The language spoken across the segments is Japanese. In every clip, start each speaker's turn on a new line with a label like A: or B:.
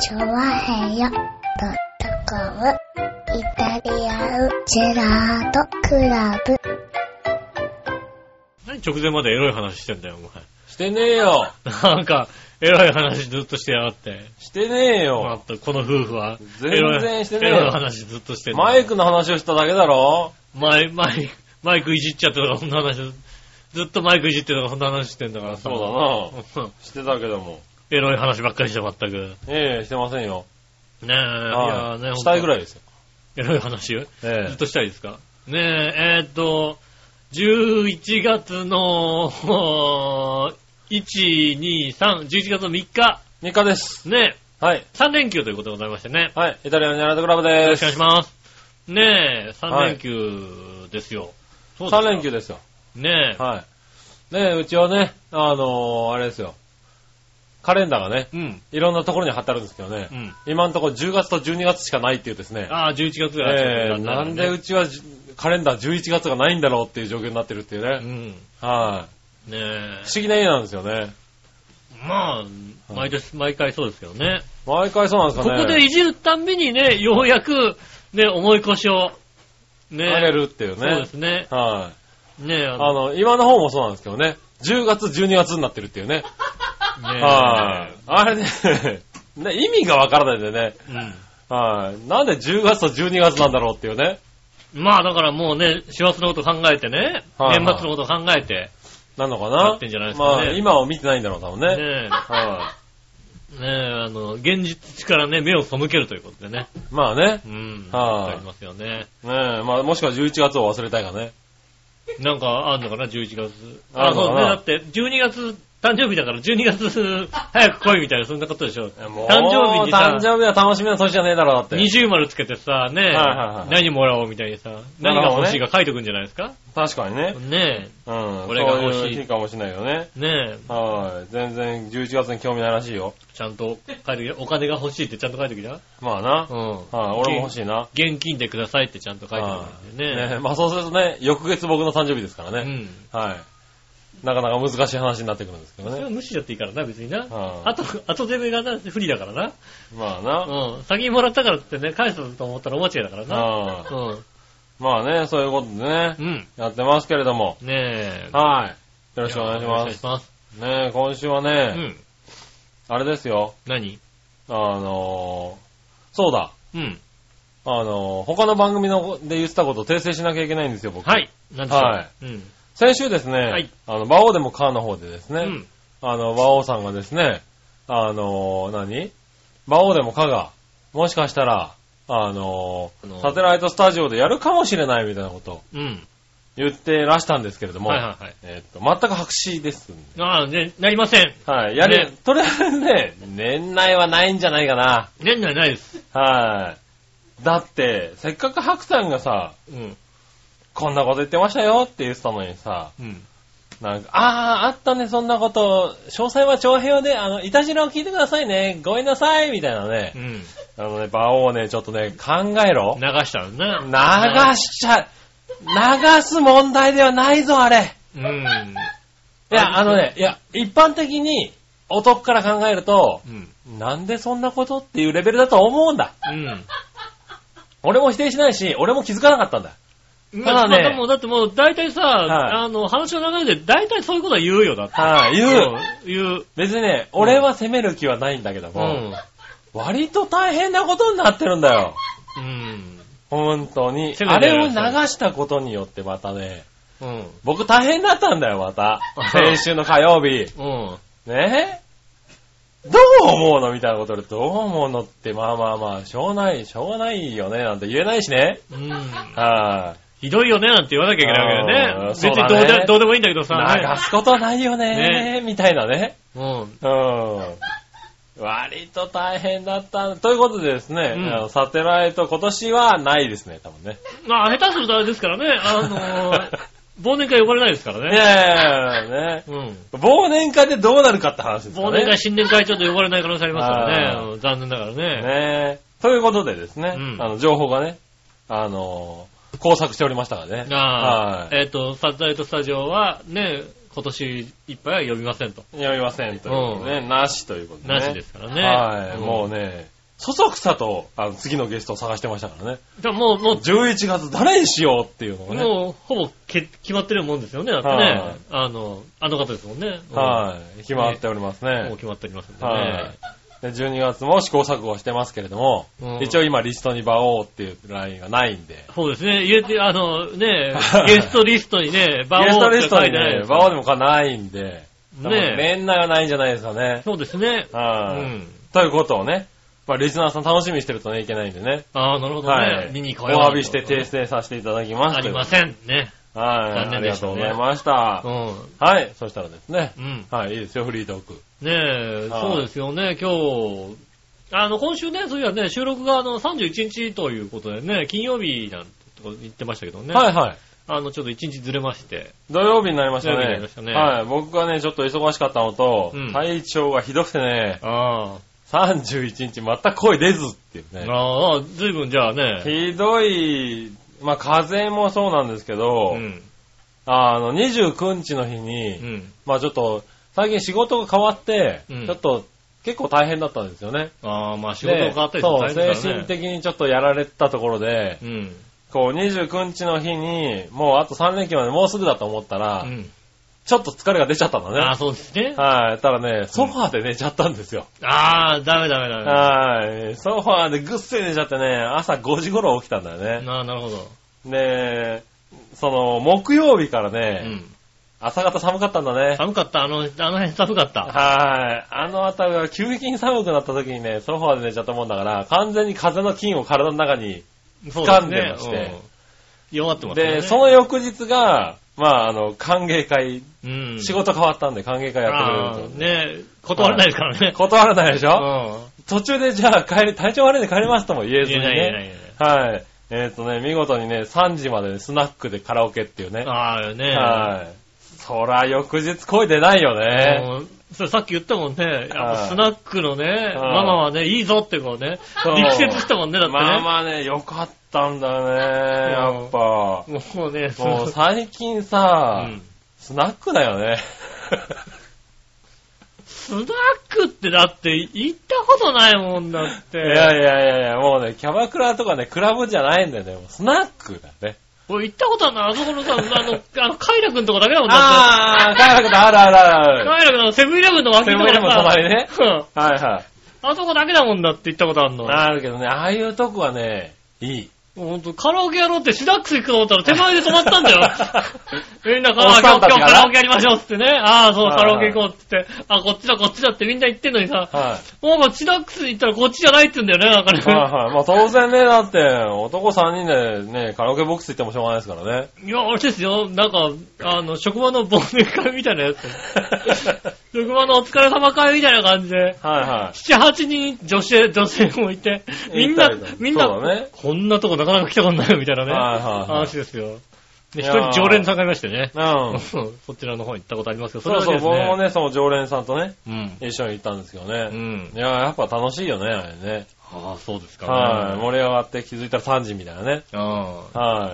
A: チョワヘヨドットコムイタリアンジェラートクラブ。
B: 何直前までエロい話してんだよ、お
C: してねえよ
B: 前。なんか、エロい話ずっとしてやがって。
C: してねえよ
B: またこの夫婦は、
C: 全
B: エロい
C: 然してねえ
B: エ
C: よ
B: ロい話ずっとしてんだ
C: マイクの話をしただけだろ
B: マイ、マイク、マイクいじっちゃってとか、そんな話、ずっとマイクいじってとか、そんな話してんだからさ。
C: そうだな。
B: だな。
C: してたけども。
B: エロい話ばっかりして、全く。ね
C: ええ、してませんよ。
B: え、いや
C: は
B: ーね、
C: したいぐら
B: い。
C: いですよ。
B: エロい話を
C: え
B: ずっ
C: え。
B: としたいですかねえ、えーっと、11月の、1、2、3、11月の3日、
C: 日課です。
B: ねえ、
C: はい。
B: 3連休ということでございましてね。
C: はい。イタリアンジェラートクラブ
B: よろ
C: で
B: しく
C: す。
B: お願いします。ねえ、3連休ですよ。そうですか
C: 3連休ですよ。
B: ねえ、
C: はい。ねえ、うちはね、あのー、あれですよ。カレンダーがね、
B: うん、
C: いろんなところに貼ってあるんですけどね
B: う。ん。
C: 今のところ10月と12月しかないっていうですね。
B: ああ、11月が、
C: ええなんでうちはじカレンダー11月がないんだろうっていう状況になってるっていう
B: う
C: ね。
B: ん。ね
C: はい。
B: え
C: 不。思議な家なんですよね。
B: まあ、毎年、毎回そうですけどね。
C: 毎回そうなんです
B: こ
C: かね。
B: こでいじるたんびにね、ようやく、ね、重い腰を、ね、
C: あげるっていうね。
B: そうですね。
C: はい。
B: ねあ
C: あの、今の方もそうなんですけどね。10月、12月になってるっていうね。
B: の、ね
C: はい。あれね ね、意味がわからないんでね。はい。なんで10月と12月なんだろうっていうね。
B: うん。まあ、だからもうね、師走のこと考えてね、
C: はいはい
B: 年末のこと考えて、
C: なのか
B: な
C: な
B: ってんじゃないです
C: ま
B: かね
C: あ、今を見てないんだろう、多分ね。
B: ね
C: は
B: ねあの、現実からね、目を背けるということでね。
C: い。まあね。
B: うん。
C: はい
B: ありますよね。
C: ねえ、まあ、もしくは11月を忘れたいかね。
B: なんかあんのかな、11月。
C: あ
B: あ、
C: るの
B: そ
C: か
B: う
C: な
B: ね。だって、12月、誕生日だから、12月、 早く来いみたいな、そんなことでしょ。
C: もう
B: 誕生日にさ
C: 誕生日は楽しみな年じゃねえだろう、だって。
B: 二重丸つけてさ、ね、
C: いはいはい
B: 何もらおうみたいにさ、
C: な
B: 何
C: る
B: が
C: ほどね
B: 欲しいか書いとくんじゃないですか
C: 確かにね。
B: ね
C: うん。
B: これが欲しい
C: そうう日かもしれないよね。
B: え、ねえ、
C: はい。全然11月に興味ないらしいよ。
B: ちゃんと書いときお金が欲しいってちゃんと書いときな。
C: まあな。
B: うん。
C: はい、俺も欲しいな。
B: 現金でくださいってちゃんと書いてあるんだよね。
C: ねまあそうするとね、翌月僕の誕生日ですから
B: う
C: ね。
B: ん。
C: はい。なかなか難しい話になってくるんですけど
B: それは
C: ね。
B: 無視だっていいからな、別にな。
C: うん
B: あと、後攻めがな不利だからな。
C: まあな。
B: うん。先にもらったからってね、返すと思ったらお間違いだからな。
C: あ
B: う
C: あ
B: ん。
C: まあね、そういうことでね
B: う、ん。
C: やってますけれども。
B: ねえ。
C: はい。
B: よ
C: よろしくお願いします。
B: ます。
C: ね今週は
B: う
C: ね、
B: ん。
C: あれですよ。
B: 何
C: あのー、そうだ。
B: うん。
C: あのー、他の番組ので言ってたことを訂正しなきゃいけないんですよ、僕。
B: はい。何でしょう。
C: はい
B: うん。
C: 先週ですね、
B: はい
C: あの、馬王でもカーの方でですね、
B: うん。
C: あの、馬王さんがですね、あの、何馬王でもかが、もしかしたら、あの
B: あの、
C: サテライトスタジオでやるかもしれないみたいなことを
B: うん。
C: 言ってらしたんですけれども、
B: はいはいはい。
C: えっと、全く白紙ですんで。
B: ああ、ね、なりません。
C: はい。やる、
B: ね
C: とりあえずね、年内はないんじゃないかな。
B: 年内ないです。
C: はい。だって、せっかく白さんがさ、
B: うん。
C: こんなこと言ってましたよって言ってたのにさ、
B: うん。
C: なんか、あー、あったね、そんなこと。詳細は長編で、あの、いたじらを聞いてくださいね。ごめんなさい、みたいなね
B: う。ん。流
C: あのね、場をね、ちょっとね、考えろ。
B: したのな。
C: 流しちゃ、流す問題ではないぞ、あれ。
B: うん。
C: いや、あのね、いや、一般的に、男から考えると、
B: うん。
C: なんでそんなことっていうレベルだと思うんだ。
B: うん。
C: 俺も否定しないし、俺も気づかなかったんだ。
B: ま
C: た
B: あ
C: だね
B: でもだってもう大体さ、
C: はい
B: あの、話の流れで大体そういうことは言うよ、だって。
C: はい、言う。
B: うん言う。
C: 別にね、俺は責める気はないんだけど
B: う
C: も、
B: ん。
C: 割と大変なことになってるんだよ。
B: うん。
C: 本当に。
B: せめて
C: あれを流したことによってまたね、
B: うん。。
C: 僕大変だったんだよ、また先週の火曜日。
B: うん。
C: ねえどう思うのみたいなことで、どう思うのって、まあまあまあ、しょうない、しょうがないよね、なんて言えないしね。
B: うん。
C: は
B: ひどいよね、なんて言わなきゃいけないわけだよね。
C: うん
B: 別に
C: そうだ
B: どう
C: ね
B: でどうでもいいんだけどさ。
C: い。流すことないよね、みたいなね。
B: うん。
C: うん。割と大変だった。ということでですね、
B: うん
C: あのサテライト今年はないですね、多分ね。
B: まあ、下手するとあれですからね、あの ー忘年会呼ばれないですから
C: ね
B: ね。
C: え、ね
B: うん。
C: 忘年会でどうなるかって話ですかね。
B: 忘年会、新年会ちょっと呼ばれない可能性ありますから
C: あー
B: ね。うん残念ながらね。
C: ねえ。ということでですね、
B: うん
C: あの、情報がね、あのー、工作しておりましたからね。
B: ああ
C: はい。
B: えっと、サテライトスタジオはね、今年いっぱいは呼びませんと。
C: やりませんということでね、なしということで、ね。
B: なしですからね。
C: はい、
B: うん
C: もうね、そそくさと、あの、次のゲストを探してましたからね。
B: でももう、もう、
C: 11月誰にしようっていうのがね。
B: もう、ほぼけ決まってるもんですよね、だって
C: は
B: ね
C: い。
B: あの、あの方ですもんね。うん
C: はい、決まっております
B: もう
C: ね。
B: 決まっておりますんで
C: は
B: ね。
C: い。で、12月も試行錯誤してますけれども、
B: うん
C: 一応今リストに馬王っていうラインがないんで、
B: そうですね、入れて、あの、 ね
C: は、い
B: ゲストリストにね、バ
C: ゲスト
B: オ
C: リ
B: って
C: スト
B: 書い
C: に
B: てない
C: ね、
B: です
C: 馬王でもかないんで、多分
B: ね
C: 年内がないんじゃないですかね。
B: そうですね。う
C: はい、
B: ん。
C: ということをね、まあ、リスナーさん楽しみにしてるとね、いけないんでね。
B: ああ、なるほど
C: は
B: ね
C: い。。
B: 見に行こうよ
C: お詫びして訂正させていただきます。
B: ありません。ね。
C: は
B: 残
C: い。
B: 念でしたね
C: ありがとうございました
B: う。ん。
C: はい。そしたらですね。
B: うん。
C: はい、いいですよ、フリートーク。
B: ねえ、
C: はい
B: そうですよね、今日。あの、今週ね、そういやね、収録があの、31日ということでね、金曜日なんて言ってましたけどね。
C: はいはい。
B: あの、ちょっと1日ずれまして。
C: 土曜日になりました
B: 土曜日になり
C: ね
B: ました。ね
C: はい。僕がね、ちょっと忙しかったのと
B: うん、
C: 体調がひどくてね、
B: あ
C: 31日全く声出ずっていう
B: あ、
C: ね。
B: ああ、ずいぶんじゃあね。
C: ひどい、まあ、風邪もそうなんですけど、
B: うん。
C: あの、29日の日
B: う
C: に、
B: ん。
C: まあちょっと、最近仕事が変わって、
B: うん
C: ちょっと、結構大変だったんですよね。
B: ああ、まあ仕事が変わったり
C: そう、
B: 大変
C: 精
B: ですからね
C: 神的にちょっとやられたところで、
B: うん。
C: こう29日の日に、もうあと3連休までもうすぐだと思ったら、
B: うん。
C: ちょっと疲れが出ちゃったん
B: ああ、
C: だね。
B: そうですね。
C: はい。ただね、ソファーで寝ちゃったんですよ。
B: ああ、ダメダメダメ。あ
C: はい。ソファーでぐっすり寝ちゃってね、朝5時頃起きたんだよ
B: あ、
C: ね。
B: なるほど。
C: で、その、木曜日から
B: う
C: ね、
B: ん。
C: 朝方寒かったんだね。
B: 寒かった、あの、あの辺寒かった。
C: はい。あの辺りが急激に寒くなった時にね、ソファーで寝ちゃったもんだから、完全に風の菌を体の中に。
B: そう
C: 掴んでまして
B: うん弱ってますよね。
C: で、その翌日が、まあ、あの、歓迎会、
B: うん
C: 仕事変わったんで歓迎会やってくれるんですよ
B: ああね断れないですからね。
C: 断らないでしょ、
B: うん。
C: 途中でじゃあ帰り、体調悪いんで帰りますとも言えず
B: 言え
C: に
B: ない言えない
C: ね。
B: 言え
C: はい。えっ、とね、見事にね、3時までスナックでカラオケっていう
B: な
C: ね。
B: い。ああよね。
C: はい。そら、翌日声出ないよね。
B: もうそれさっき言ったもんね、やっぱ
C: はい
B: スナックのね、
C: い
B: ママはね、いいぞってこうね
C: そ、う
B: 力説したもんね、だってね。
C: まあまあね、よかったんだよね、やっぱ。
B: もうね、そ
C: もう
B: の
C: 最近
B: う
C: さ、
B: ん
C: スナックだよね。
B: スナックってだって行ったことないもんだっ
C: いや
B: て。
C: いやいやいや、もうね、キャバクラとかね、クラブじゃないんだよね。もうスナックだね。
B: 俺行ったことあるの、あそこの さ、あの、あの、カイラ君とかだけだもんだって。
C: あー、カヤラクだ、あるあるあるある。
B: カイラ君のセブンイレブンの脇
C: セ
B: と
C: ブン
B: か
C: イレブンの
B: さ、
C: 隣ね。
B: うん
C: はいはい。
B: あそこだけだもんだって行ったことあるの。
C: あるけどね、ああいうとこはね、いい。
B: ほんと、カラオケやろうってシダックス行くと思ったら手前で止まったん だよ。みんなカラ
C: お
B: オ
C: っ
B: ケ、
C: さん
B: 今
C: たちが
B: 日
C: な
B: カラオケやりましょうっつってね。ああ、そう、
C: はい
B: カラオケ行こうっつって。あ、こっちだ、こっちだってみんな言ってんのに さ。
C: は
B: もうこうシダックス行ったらこっちじゃないって言うんだよね、なんか
C: い。はい
B: ね。
C: はい。まあ当然ね、だって、男3人でね、カラオケボックス行ってもしょうがないですからね。
B: いや、あれですよ、なんか、あの、職場の忘年会みたいなや つ。職場のお疲れ様会みたいな感じで。
C: はいは
B: 七八人女性、女性もいて、みんな
C: みたいな、
B: みんな
C: そうだね、
B: こんなとこなかなか来たことないよみたいなね、
C: はいはいはい
B: 話ですよ。で
C: い
B: 一
C: やー
B: 人常連さんがいましてね。
C: い。 う ん。
B: そちらの方行ったことありますけど、
C: そうそう、
B: れ
C: 僕も
B: だ
C: ね、その常連さんとね、
B: けですね。
C: 一緒に行ったんですけど
B: うん。
C: ね。
B: うん
C: い。や、やっぱ楽しいよね、あれね。
B: ああ、そうですかね。
C: はい。盛り上がって気づいたら3時みたいなね。
B: あ
C: は
B: あ、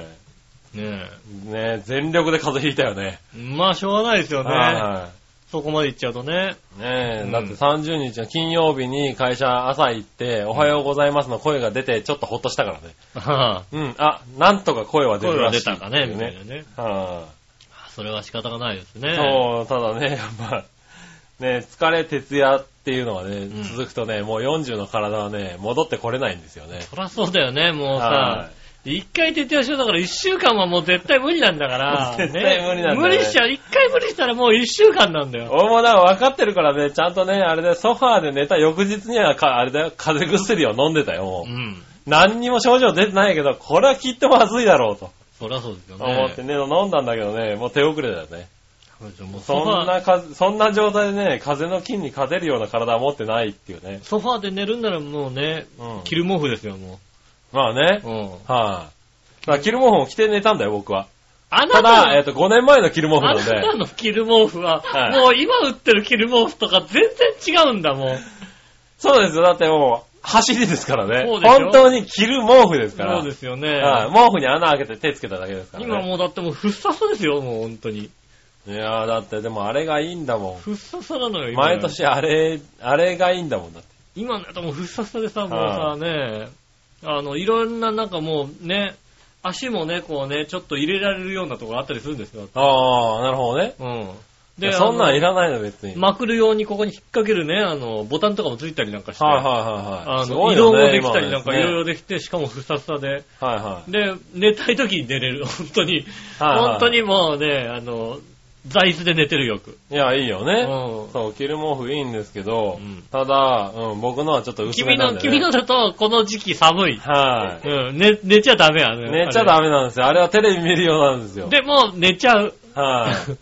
B: ね
C: い。ね全力で風邪ひいたよね。
B: え。まあ、しょうがないですよね。
C: は
B: そこまで行っちゃうと ね。
C: い。
B: う
C: ねえ、
B: ん
C: だって30日の金曜日に会社朝行って、おはようございますの声が出て、ちょっとほっとしたからね。
B: はあ
C: うん、あ、なんとか声は出
B: 声
C: る
B: が
C: らし
B: 出
C: い
B: たかね、みたいな
C: ね。
B: ね。
C: は
B: ああそれは仕方がないです
C: い。
B: ね。
C: そう、ただね、 やっぱ、ね疲れ、徹夜っていうのがね
B: ん、
C: 続くとね、もう40の体はね、戻ってこれないんですよね。
B: そりゃそうだよね、もう
C: は
B: さ。一回徹夜しようだから、一週間はもう絶対無理なんだから。
C: 絶対無理なんだよね
B: 無理しちゃう。一回無理したらもう一週間なんだよ。
C: 俺もだから分かってるからね、ちゃんとね、あれでソファーで寝た翌日にはか、あれだよ、風邪薬を飲んでたよ、も
B: う
C: う。
B: ん。
C: 何にも症状出てないけど、これはきっとまずいだろうと
B: そりゃそうですよね。
C: 思ってね、飲んだんだけどね、もう手遅れだよね。
B: もうソ
C: そ
B: ファー
C: んなか、そんな状態でね、風邪の菌に勝てるような体は持ってないっていうね。
B: ソファーで寝るんならもうね、
C: うん
B: 着る毛布ですよ、も
C: まあね
B: う。、うん。
C: はい、だからキルモフも着て寝たんだよ、僕は。
B: あ
C: た
B: なた
C: だ、えっ
B: の、
C: と、5年前のキルモフ
B: あ
C: なん
B: な
C: で
B: た、の着る毛布は、
C: はい
B: もう今売ってる着る毛布とか全然違うんだもん。
C: そうですよ、だってもう、走りですからね。
B: そうでしょ
C: 本当に着る毛布ですから。
B: そうですよね。
C: はい毛布に穴開けて手つけただけですからね。
B: 今もうだってもうふっさふですよ、もう本当に。
C: いやー、だってでもあれがいいんだも
B: ふっさふさなのよ、
C: ん。
B: 今
C: 毎。年あれ、あれがいいんだもんだって。
B: 今だともうふっさふさでさ、もうさ、
C: は
B: ね、あの、いろんななんかもうね、足もね、こうね、ちょっと入れられるようなところあったりするんですよ。
C: ああ、なるほどね。
B: うん。
C: で、そんなんい
B: あ
C: らないの別に。
B: のまくるようにここに引っ掛けるね、あの、ボタンとかもついたりなんかして、
C: はいはいはいは
B: あ
C: い。す
B: の、
C: ごい
B: 移動
C: よ
B: も
C: ね
B: できたりなんかいろい
C: 今のや
B: ろできて、しかもふっさふさで。
C: つねはいはい。
B: で、寝たい時に寝れる、 本当に。
C: はいはい
B: 本当にもうね、あの、座椅子で寝てるよく。
C: いや、いいよね。
B: う
C: そう、着る毛布いいんですけど、
B: うん
C: ただ、うん、僕のはちょっと
B: ん。
C: 薄め
B: 君
C: なん
B: の、
C: で、ね。
B: 君のだと、この時期寒い。
C: は
B: うん、寝、寝ちゃダメや
C: い、
B: ね。
C: 寝ちゃダメなんですよ。あれはテレビ見るようなんですよ。
B: で、もう寝ちゃう。
C: はい、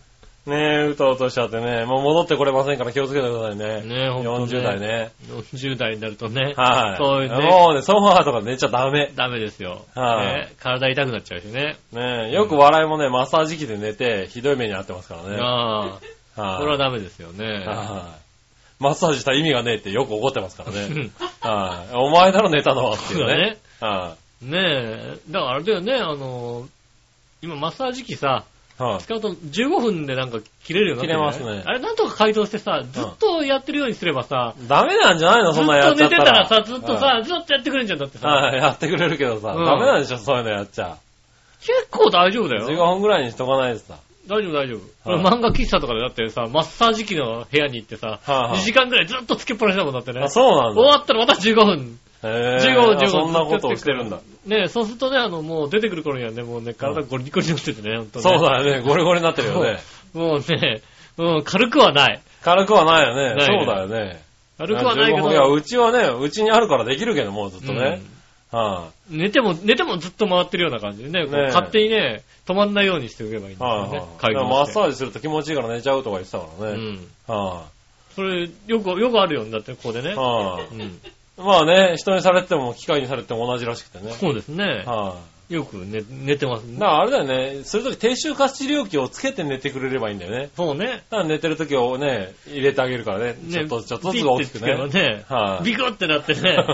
C: ねえ、うとうとしちゃってね、もう戻ってこれませんから気をつけてくださいね。
B: ねえほんとね
C: 40代ね。
B: 40代になるとね。
C: はい、
B: そういうね。
C: もうね、ソファーとか寝ちゃダメ。
B: ダメですよ。
C: はい
B: ね体痛くなっちゃうしね。
C: ねえ、よく笑いもね、マッサージ機で寝て、ひどい目に遭ってますからね。はい、
B: ああ、これはダメですよね。
C: はいマッサージした意味がねえってよく怒ってますから
B: う
C: ね。
B: ん
C: はい、お前だろ寝たのはって
B: そ
C: いうう
B: だ
C: ね。
B: ね。
C: は
B: ねえ、だからあれだよね、あの、今マッサージ機さ、
C: い、はい、
B: 使うと15分でなんか切れるようになってる
C: 切れますね
B: あれなんとか解凍してさ、ずっとやってるようにすればさ、
C: ダメなんじゃないの
B: ず
C: そ
B: っ
C: ん
B: と
C: なやっちゃ
B: 寝
C: ってた
B: たら
C: ら。
B: さ、ずっとさ、ずっとやってくれんじゃんだって
C: はい、
B: さ、
C: はいやってくれるけどさ、
B: うん
C: ダメなんでしょそういうのやっちゃ。
B: 結構大丈夫だ
C: 15
B: よ。
C: 分ぐらいにしとかないとさ。
B: 大丈夫大丈夫。俺
C: はい
B: 漫画喫茶とかでだってさ、マッサージ機の部屋に行ってさ、
C: はいはい
B: 2時間ぐらいずっとつけっぱなしだもんだってね
C: あ、。そうなん
B: 終
C: だ。
B: わったらまた15分。
C: へー
B: 15分、15
C: あ
B: 分。
C: そんなことをしてるんだ。。
B: ねそうするとね、あの、もう出てくる頃にはね、もうね、体ゴリゴリになっててね、ほんとね。
C: そうだよね。ゴリゴリになってるよね。
B: もうね、うん、軽くはない。
C: 軽くはないよ
B: な
C: ね。
B: いね
C: そうだよね。
B: 軽くはないけ
C: 15分いや、
B: ど、
C: うちはね、うちにあるからできるけど、もうずっとね。は
B: 寝ても、寝てもずっと回ってるような感じでね、こう
C: ねえ
B: 勝手にね、止まんないようにしておけばいいん
C: い。
B: ですよ
C: はい
B: ね
C: は。い。
B: 会
C: だから
B: 合
C: マッ
B: して
C: サージすると気持ちいいから寝ちゃうとか言ってたから
B: う
C: ね。
B: ん。
C: は
B: それ、よく、よくあるよね、だってここでね
C: い。。は
B: うん。
C: い。まあね、人にされても機械にされても同じらしくてね。
B: そうです ね。
C: はい。
B: よく寝、寝てますね
C: だからあれだよね、するとき低周波治療器をつけて寝てくれればいいんだよね。
B: そうね。
C: だから寝てるときをね、入れてあげるからね、ちょ
B: ね
C: っと、ちょっとずつ大きく
B: ピッてつ
C: ね。
B: けばね、
C: はい
B: ビクってなってね、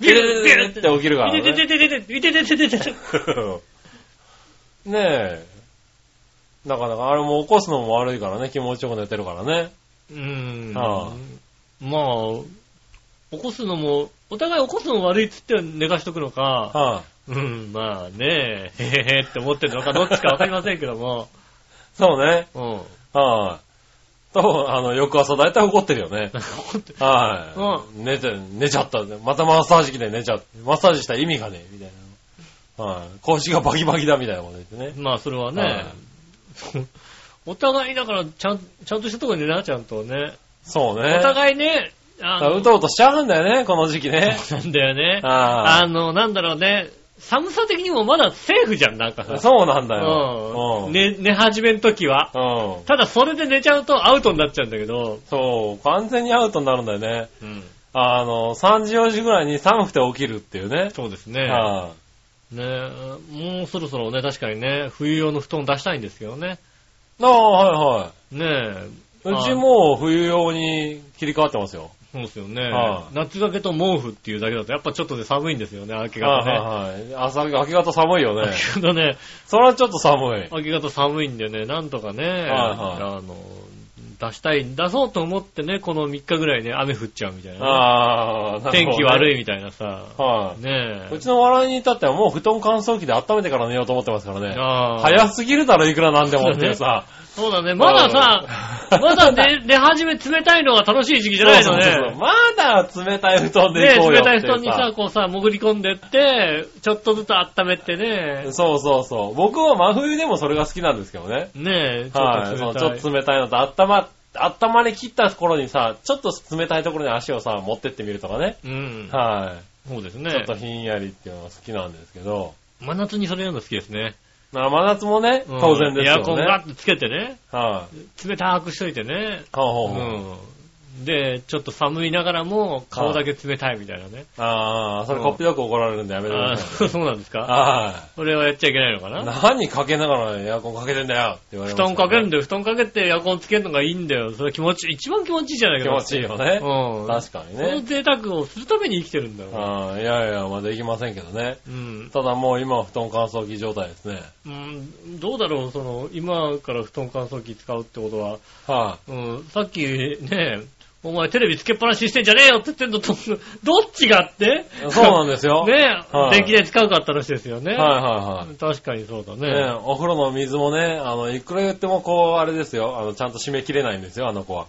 C: ビルビルって起きるから
B: いてて
C: ね。
B: てててて、いてててててて。
C: ねえ。なかなかあれも起こすのも悪いからね、気持ちよく寝てるからね。
B: うーん。
C: ああ
B: まあ、起こすのも、お互い起こすのも悪いっつって寝かしとくのか、
C: はい
B: うん、まあねえ、へへへって思ってるのか、どっちかわかりませんけども、
C: そうね。
B: うん。怒
C: はい。と、あの、翌朝大体怒ってるよね。
B: って
C: はい。寝て、寝ちゃった。またマッサージ機で寝ちゃった。マッサージした意味がねえ、みたいな。はい。腰がバキバキだ、みたいなこと言ってね。
B: まあそれは
C: はい
B: ね、お互いだから、ちゃん、ちゃんとしたとこに寝な、ちゃんとね。
C: そうね。
B: お互いね、あの
C: うとうとしちゃうんだよね、この時期 ね。
B: なんだよね。
C: あ
B: あの、なんだろうね、寒さ的にもまだセーフじゃん、なんか
C: あ。
B: さ。
C: そうなんだよ。
B: う。
C: うんん。
B: 寝、寝始めん時は。
C: うん。
B: ただそれで寝ちゃうとアウトになっちゃうんだけど、
C: そう、完全にアウトになるんだよね。あの、3時4時ぐらいに寒くて起きるっていうね。
B: そうですね。
C: は
B: ねえもうそろそろね、確かにね、冬用の布団出したいんですけどね。
C: い。ああ、はいはい。
B: ねえ。
C: うちもう冬用に切り替わってますよ。
B: そうですよね
C: は。い
B: 夏掛けと毛布っていうだけだと、やっぱちょっとね、寒いんですよね、明け方ね。
C: はいはいはい。朝、明け方寒いよ
B: 明
C: ね
B: け。方ね、
C: それはちょっと寒い。
B: 明け方寒いんでね、なんとかね、
C: は
B: あの、出したい、出そうと思ってね、この3日ぐらいね、雨降っちゃうみたいなね、
C: ああ、
B: 天気悪
C: い。
B: いみたいなさ、
C: は
B: ね
C: い。
B: え
C: うちの笑いに至ってはもう布団乾燥機で温めてから寝ようと思ってますからね。
B: ああ
C: 早すぎるだろ、いくらなんでもってい うさ。
B: そうだね、まださ、まだ寝、寝始め冷たいのが楽しい時期じゃないの
C: そうそうそう
B: ね。
C: まだ冷たい布団
B: ね
C: で行こうよ
B: 冷
C: って
B: た
C: いう
B: い布団にさ、こうさ、潜り込んでって、ちょっとずつ温めてね、
C: そうそうそう。僕は真冬でもそれが好きなんですけどね。
B: ねえ、ちょっ
C: はい。
B: と
C: そ
B: 冷
C: の
B: た
C: ち
B: い。
C: ょっと冷たいのと、温ま、温まり切った頃にさ、ちょっと冷たいところに足をさ、持ってってみるとかね。
B: うん。
C: は
B: そうです
C: い。ちょ
B: ね
C: っと。ひんやりっていうのが好きなんですけど。
B: 真夏にそれやるの好きですね。
C: まあ、真夏もね、
B: うん
C: 当然ですよね。
B: エアコンガッとつけてね、
C: はい。
B: 冷たくしといてね、
C: ほう
B: う
C: ほうほう。
B: ん。で、ちょっと寒いながらも顔だけ冷たいみたいなね。
C: ああ、それこっぴどく怒られるんでやめてく
B: あ
C: だ
B: あ、
C: さい。
B: そう そうなんですか
C: は
B: それはやっちゃいけないのか
C: い。
B: な
C: 何かけながらエアコンかけてんだよって言われ
B: 布
C: ま
B: 団
C: した、
B: かけるん
C: だ
B: だよ、布団かけてエアコンつけるのがいいんだよ。それ気持ちいい、一番気持ちいいじゃない
C: 気
B: か
C: 持ちいいよ
B: い
C: ね。
B: うん。
C: 確かに
B: その
C: ね。
B: 贅沢をするために生きてるんだよ。
C: ああ、いやいや、まあできませんけどね。
B: うん。
C: ただもう今は布団乾燥機状態ですね。
B: うん、どうだろう、その、今から布団乾燥機使うってことは、
C: は
B: うん、さっきね、お前テレビつけっぱなしにしてんじゃねえよって言ってんのと、どっちがって
C: い、そうなんです よ。
B: ねえ、
C: はい
B: 電気で使うかったらしいですよね。
C: はいはいはい。
B: 確かにそうだ
C: ねえ
B: ね。
C: お風呂の水もね、あの、いくら言ってもこう、あれですよ。あの、ちゃんと締め切れないんですよ、あの子は。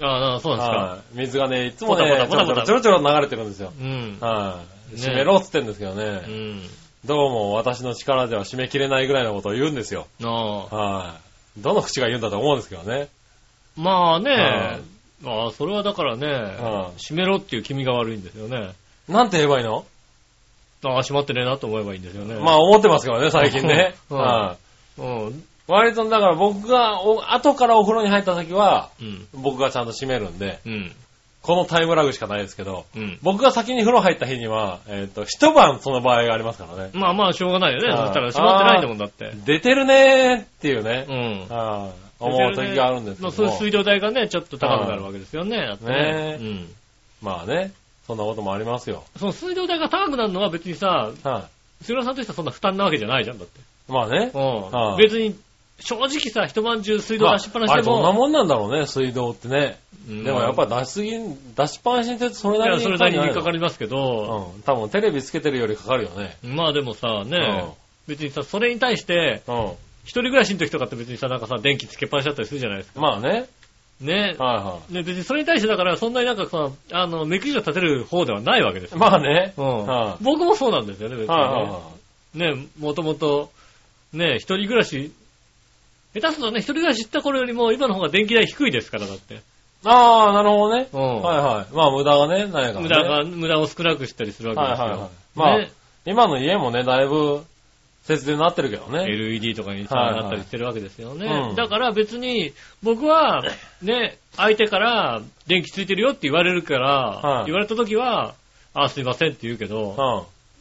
B: ああ、そうですか。
C: はい。水がね、いつもね、
B: ポタポタポタポタ
C: ちょろちょろちょろ流れてるんですよ。
B: うん。
C: はい。
B: ね
C: 締めろっつってんですけど
B: う
C: ね。
B: ん。
C: どうも私の力では締め切れないぐらいのことを言うんですよ。
B: なあ。
C: はい。どの口が言うんだと思うんですけどね。
B: まあ
C: は
B: ね
C: い、
B: ああ、それはだからね
C: は、い
B: 閉めろっていう気味が悪いんですよね。
C: なんて言えばいいの
B: ああ、閉まってねえなと思えばいいんですよね。
C: まあ思ってますけどね、最近ね。
B: うん
C: はい。
B: うん。
C: 割と、だから僕が、お後からお風呂に入った時は、
B: うん。
C: 僕がちゃんと閉めるんで、
B: うん。
C: このタイムラグしかないですけど、
B: うん。
C: 僕が先に風呂入った日には、えっ、と、一晩その場合がありますからね。
B: まあまあ、しょうがないよね。
C: ああ
B: だったら閉まってないんだもんだって。
C: 出てるねーっていうね
B: う、ん。
C: あー思う時があるんですけ
B: まあ、
C: ど
B: そうい
C: も
B: う水道代がね、ちょっと高くなるわけですよね。だって
C: ね
B: うん。
C: まあね、そんなこともありますよ。
B: その水道代が高くなるのは別にさ、
C: は
B: 杉浦さんとしてはそんな負担なわけじゃないじゃん、だって。
C: い。まあね。
B: う
C: は
B: ん。
C: い
B: 別に、正直さ、一晩中水道
C: まあ
B: 出しっぱな
C: あ
B: し
C: れ
B: で
C: どんな
B: も。
C: もんなんだろうね、水道ってね。
B: うん
C: でもやっぱ出しすぎ、出しっぱなしにするとそれ
B: い
C: なり
B: や
C: に
B: それなりに
C: か
B: 引っかか
C: る。
B: りますけど、
C: うん。多分テレビつけてるよりかかるよね。
B: まあでもさ、ね、別にさ、それに対して、
C: うん。
B: 一人暮らしの時とかって別にさ、なんかさ、電気つけっぱなしだったりするじゃないですか。
C: まあね。
B: ね。
C: はいは
B: ね、別にそれに対してだから、そんなになんかさ、あの、目くじを立てる方ではないわけです
C: い。
B: よ。
C: まあね。
B: う
C: は
B: ん。僕もそうなんですよね、別
C: い
B: にね。
C: はいは
B: ね、もともと、ね、一人暮らし、下手するとね、一人暮らし行った頃よりも今の方が電気代低いですから、だって。
C: い。ああ、なるほどね。
B: う
C: はいはい。まあ無駄がね、ないからね。
B: 無駄が、無駄を少なくしたりするわけですよ。
C: はいはいはい
B: ね
C: 今の家もね、だいぶ節電になってるけどね。
B: LED とかにさ、
C: はいはい
B: なったりしてるわけですよね。
C: うん
B: だから別に、僕は、ね、相手から電気ついてるよって言われるから、
C: はい
B: 言われた時は、あ、すいませんって言うけど、
C: うん。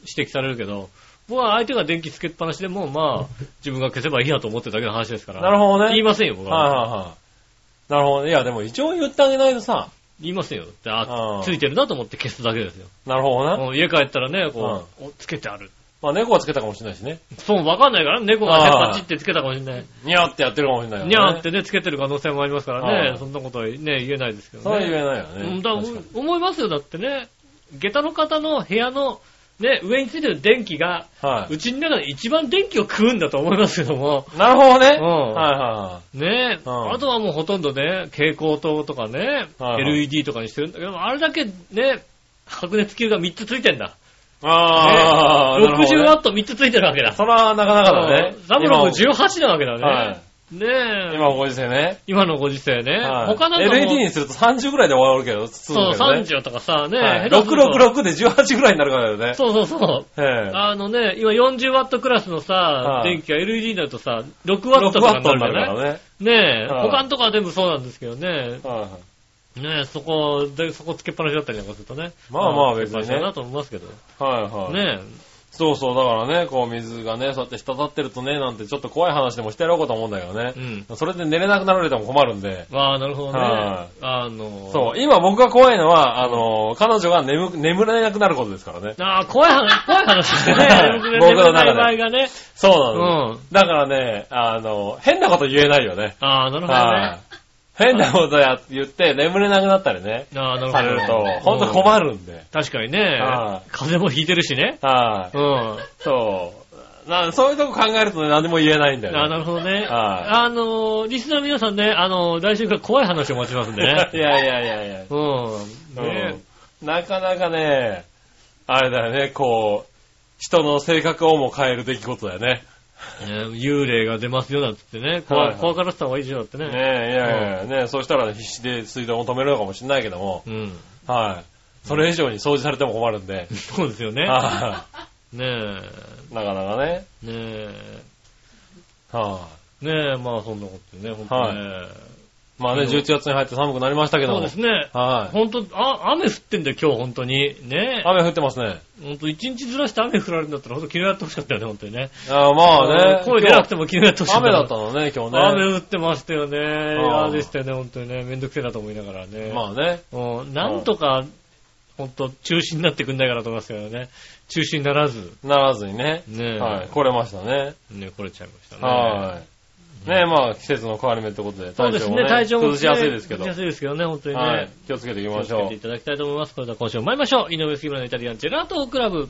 B: 指摘されるけど、僕は相手が電気つけっぱなしでも、まあ、自分が消せばいいやと思ってるだけの話ですから。
C: なるほどね。
B: 言いませんよ、僕は。
C: はいはいはい。なるほどね。いや、でも一応言ってあげないとさ。
B: 言いませんよ。ってあ
C: うん
B: ついてるなと思って消すだけですよ。
C: なるほどな。
B: もう家帰ったらね、こう、おつけてある。
C: まあ猫はつけたかもしれないしね。
B: そう、わかんないからね、猫がね、
C: ああ
B: パチってつけたかもしれない。
C: にゃーってやってるかもしれないよね。
B: にゃーってね、つけてる可能性もありますから
C: あ
B: ね、
C: あ
B: そんなことはね、言えないですけ
C: そ
B: ど
C: れは
B: ね。
C: 言えないよ
B: うん
C: ね。
B: だから
C: 確かに
B: 思いますよ、だってね。下駄の方の部屋の、ね、上についてる電気が、
C: は
B: うちの中で一番電気を食うんだと思いますけども。
C: い。なるほどね。
B: うん
C: はいは
B: ねえ、
C: うん
B: あとはもうほとんどね、蛍光灯とかね、
C: はいはい
B: LED とかにしてるんだけど、あれだけね、白熱球が3つついてんだ。
C: いはい。ああ、なるほどね
B: 60ワット3つついてるわけだ。
C: それはなかなかだね
B: うん。ダブルも18なわけだね。
C: は
B: ね
C: い
B: え
C: 今のご時世ね。
B: 今のご時世ね。
C: はい
B: 他なんかも
C: LED にすると30ぐらいで終わるけど、
B: そう、
C: だけどね
B: 30とかさ、ね、
C: はい
B: 下手すると
C: 666で18ぐらいになるからだよね。
B: そうそうそう。
C: ええ
B: あのね、今40ワットクラスのさ、
C: い
B: 電気が LED になるとさ、6
C: 6
B: ワットとか
C: ワッ
B: に
C: ト
B: な
C: に
B: るじ
C: なる
B: ゃ
C: か
B: ない
C: らね。
B: ねえ、
C: はい
B: 他のとこは全部そうなんですけどね。
C: はい
B: ねえ、そこ、で、そこつけっぱなしだったりなんかするとね。
C: まあまあ別にね
B: 心配だなと思いますけど。
C: はい。
B: ね
C: そうそう、だからね、こう水がね、そうやって滴ってるとね、なんてちょっと怖い話でもしてやろうかと思うんだけどね
B: え。う。ん。
C: それで寝れなくなられても困るんで。
B: ああ、なるほどね
C: は。
B: あの、
C: そう、今僕が怖いのは、あの、彼女が眠く、眠れなくなることですからね。
B: ああ、怖い話、怖い話だね。眠く
C: 僕の
B: な
C: 中で
B: い場合がね。
C: そう
B: う
C: なの。
B: ん。
C: だからね、あの、変なこと言えないよね。
B: ああ、なるほどね。
C: は
B: あ
C: い。変なことや言って眠れなくなったりね、
B: あ、な
C: され
B: る
C: る
B: ほど
C: と
B: ね。、
C: ほんと
B: る。
C: 困るんで。
B: 確かにね
C: は。
B: 風邪もひいてるしね。
C: はい。
B: うん。あ
C: そう。なそういうとこ考えるとね、何でも言えないんだ
B: あ、
C: よ
B: な
C: ね。
B: るほどね。
C: は
B: あの、リスナーの皆さんね、あの、来週から怖い話を待ちますんで
C: い
B: ね。
C: やいやいやいや。
B: うん。ね
C: うんなかなかね、あれだよね、こう、人の性格をも変える出来事だよね。
B: ね幽霊が出ますよなんつってね。怖
C: はいい
B: 怖からせた方がいいでしょだって
C: ねえ、い
B: ね。
C: やいや、ねそうしたら必死で水道も止めるのかもしれないけども、
B: うん。
C: はい。それ以上に掃除されても困るんで、
B: そうですよね。
C: は
B: ね
C: いなかなかね、
B: え、ねえ、
C: は
B: ねえ、まあそんなことね、本当にね。
C: まあね、
B: うん
C: 11月に入って寒くなりましたけど
B: そ
C: も。
B: うですね。
C: はい。
B: 本当あ、雨降ってんだよ、今日、本当に。ね
C: 雨降ってますね。
B: 本当一日ずらして雨降られるんだったら、本当昨日やってほしかったよね、本当にね。
C: あーまあね。
B: 声出なくても昨日やってほ
C: 今
B: し
C: 日
B: かった。
C: 雨だったのね、今日ね。
B: 雨降ってましたよね。
C: あー
B: 嫌でしたよね、本当にね。めんどくせえなと思いながらね。
C: まあね。
B: うんなんとか、本当中止になってくんないかなと思いますけどね。中止にならず、
C: ならずにね。
B: ねえ、
C: はい。来れましたね。
B: ね来れちゃいましたね。
C: はい。ねまあ季節の変わり目ってことで、
B: そう
C: 体
B: です
C: 調
B: ね
C: もね、
B: 体調も、ね、
C: 崩しやすいですけど。
B: 崩しやすいですけどね、本当にね。
C: はい。気をつけていき
B: 気を
C: ま
B: つ
C: し
B: け
C: ょ。
B: ていうただきたいと思います。それでは今週も参りましょう。井上杉村のイタリアンジェラートクラブ。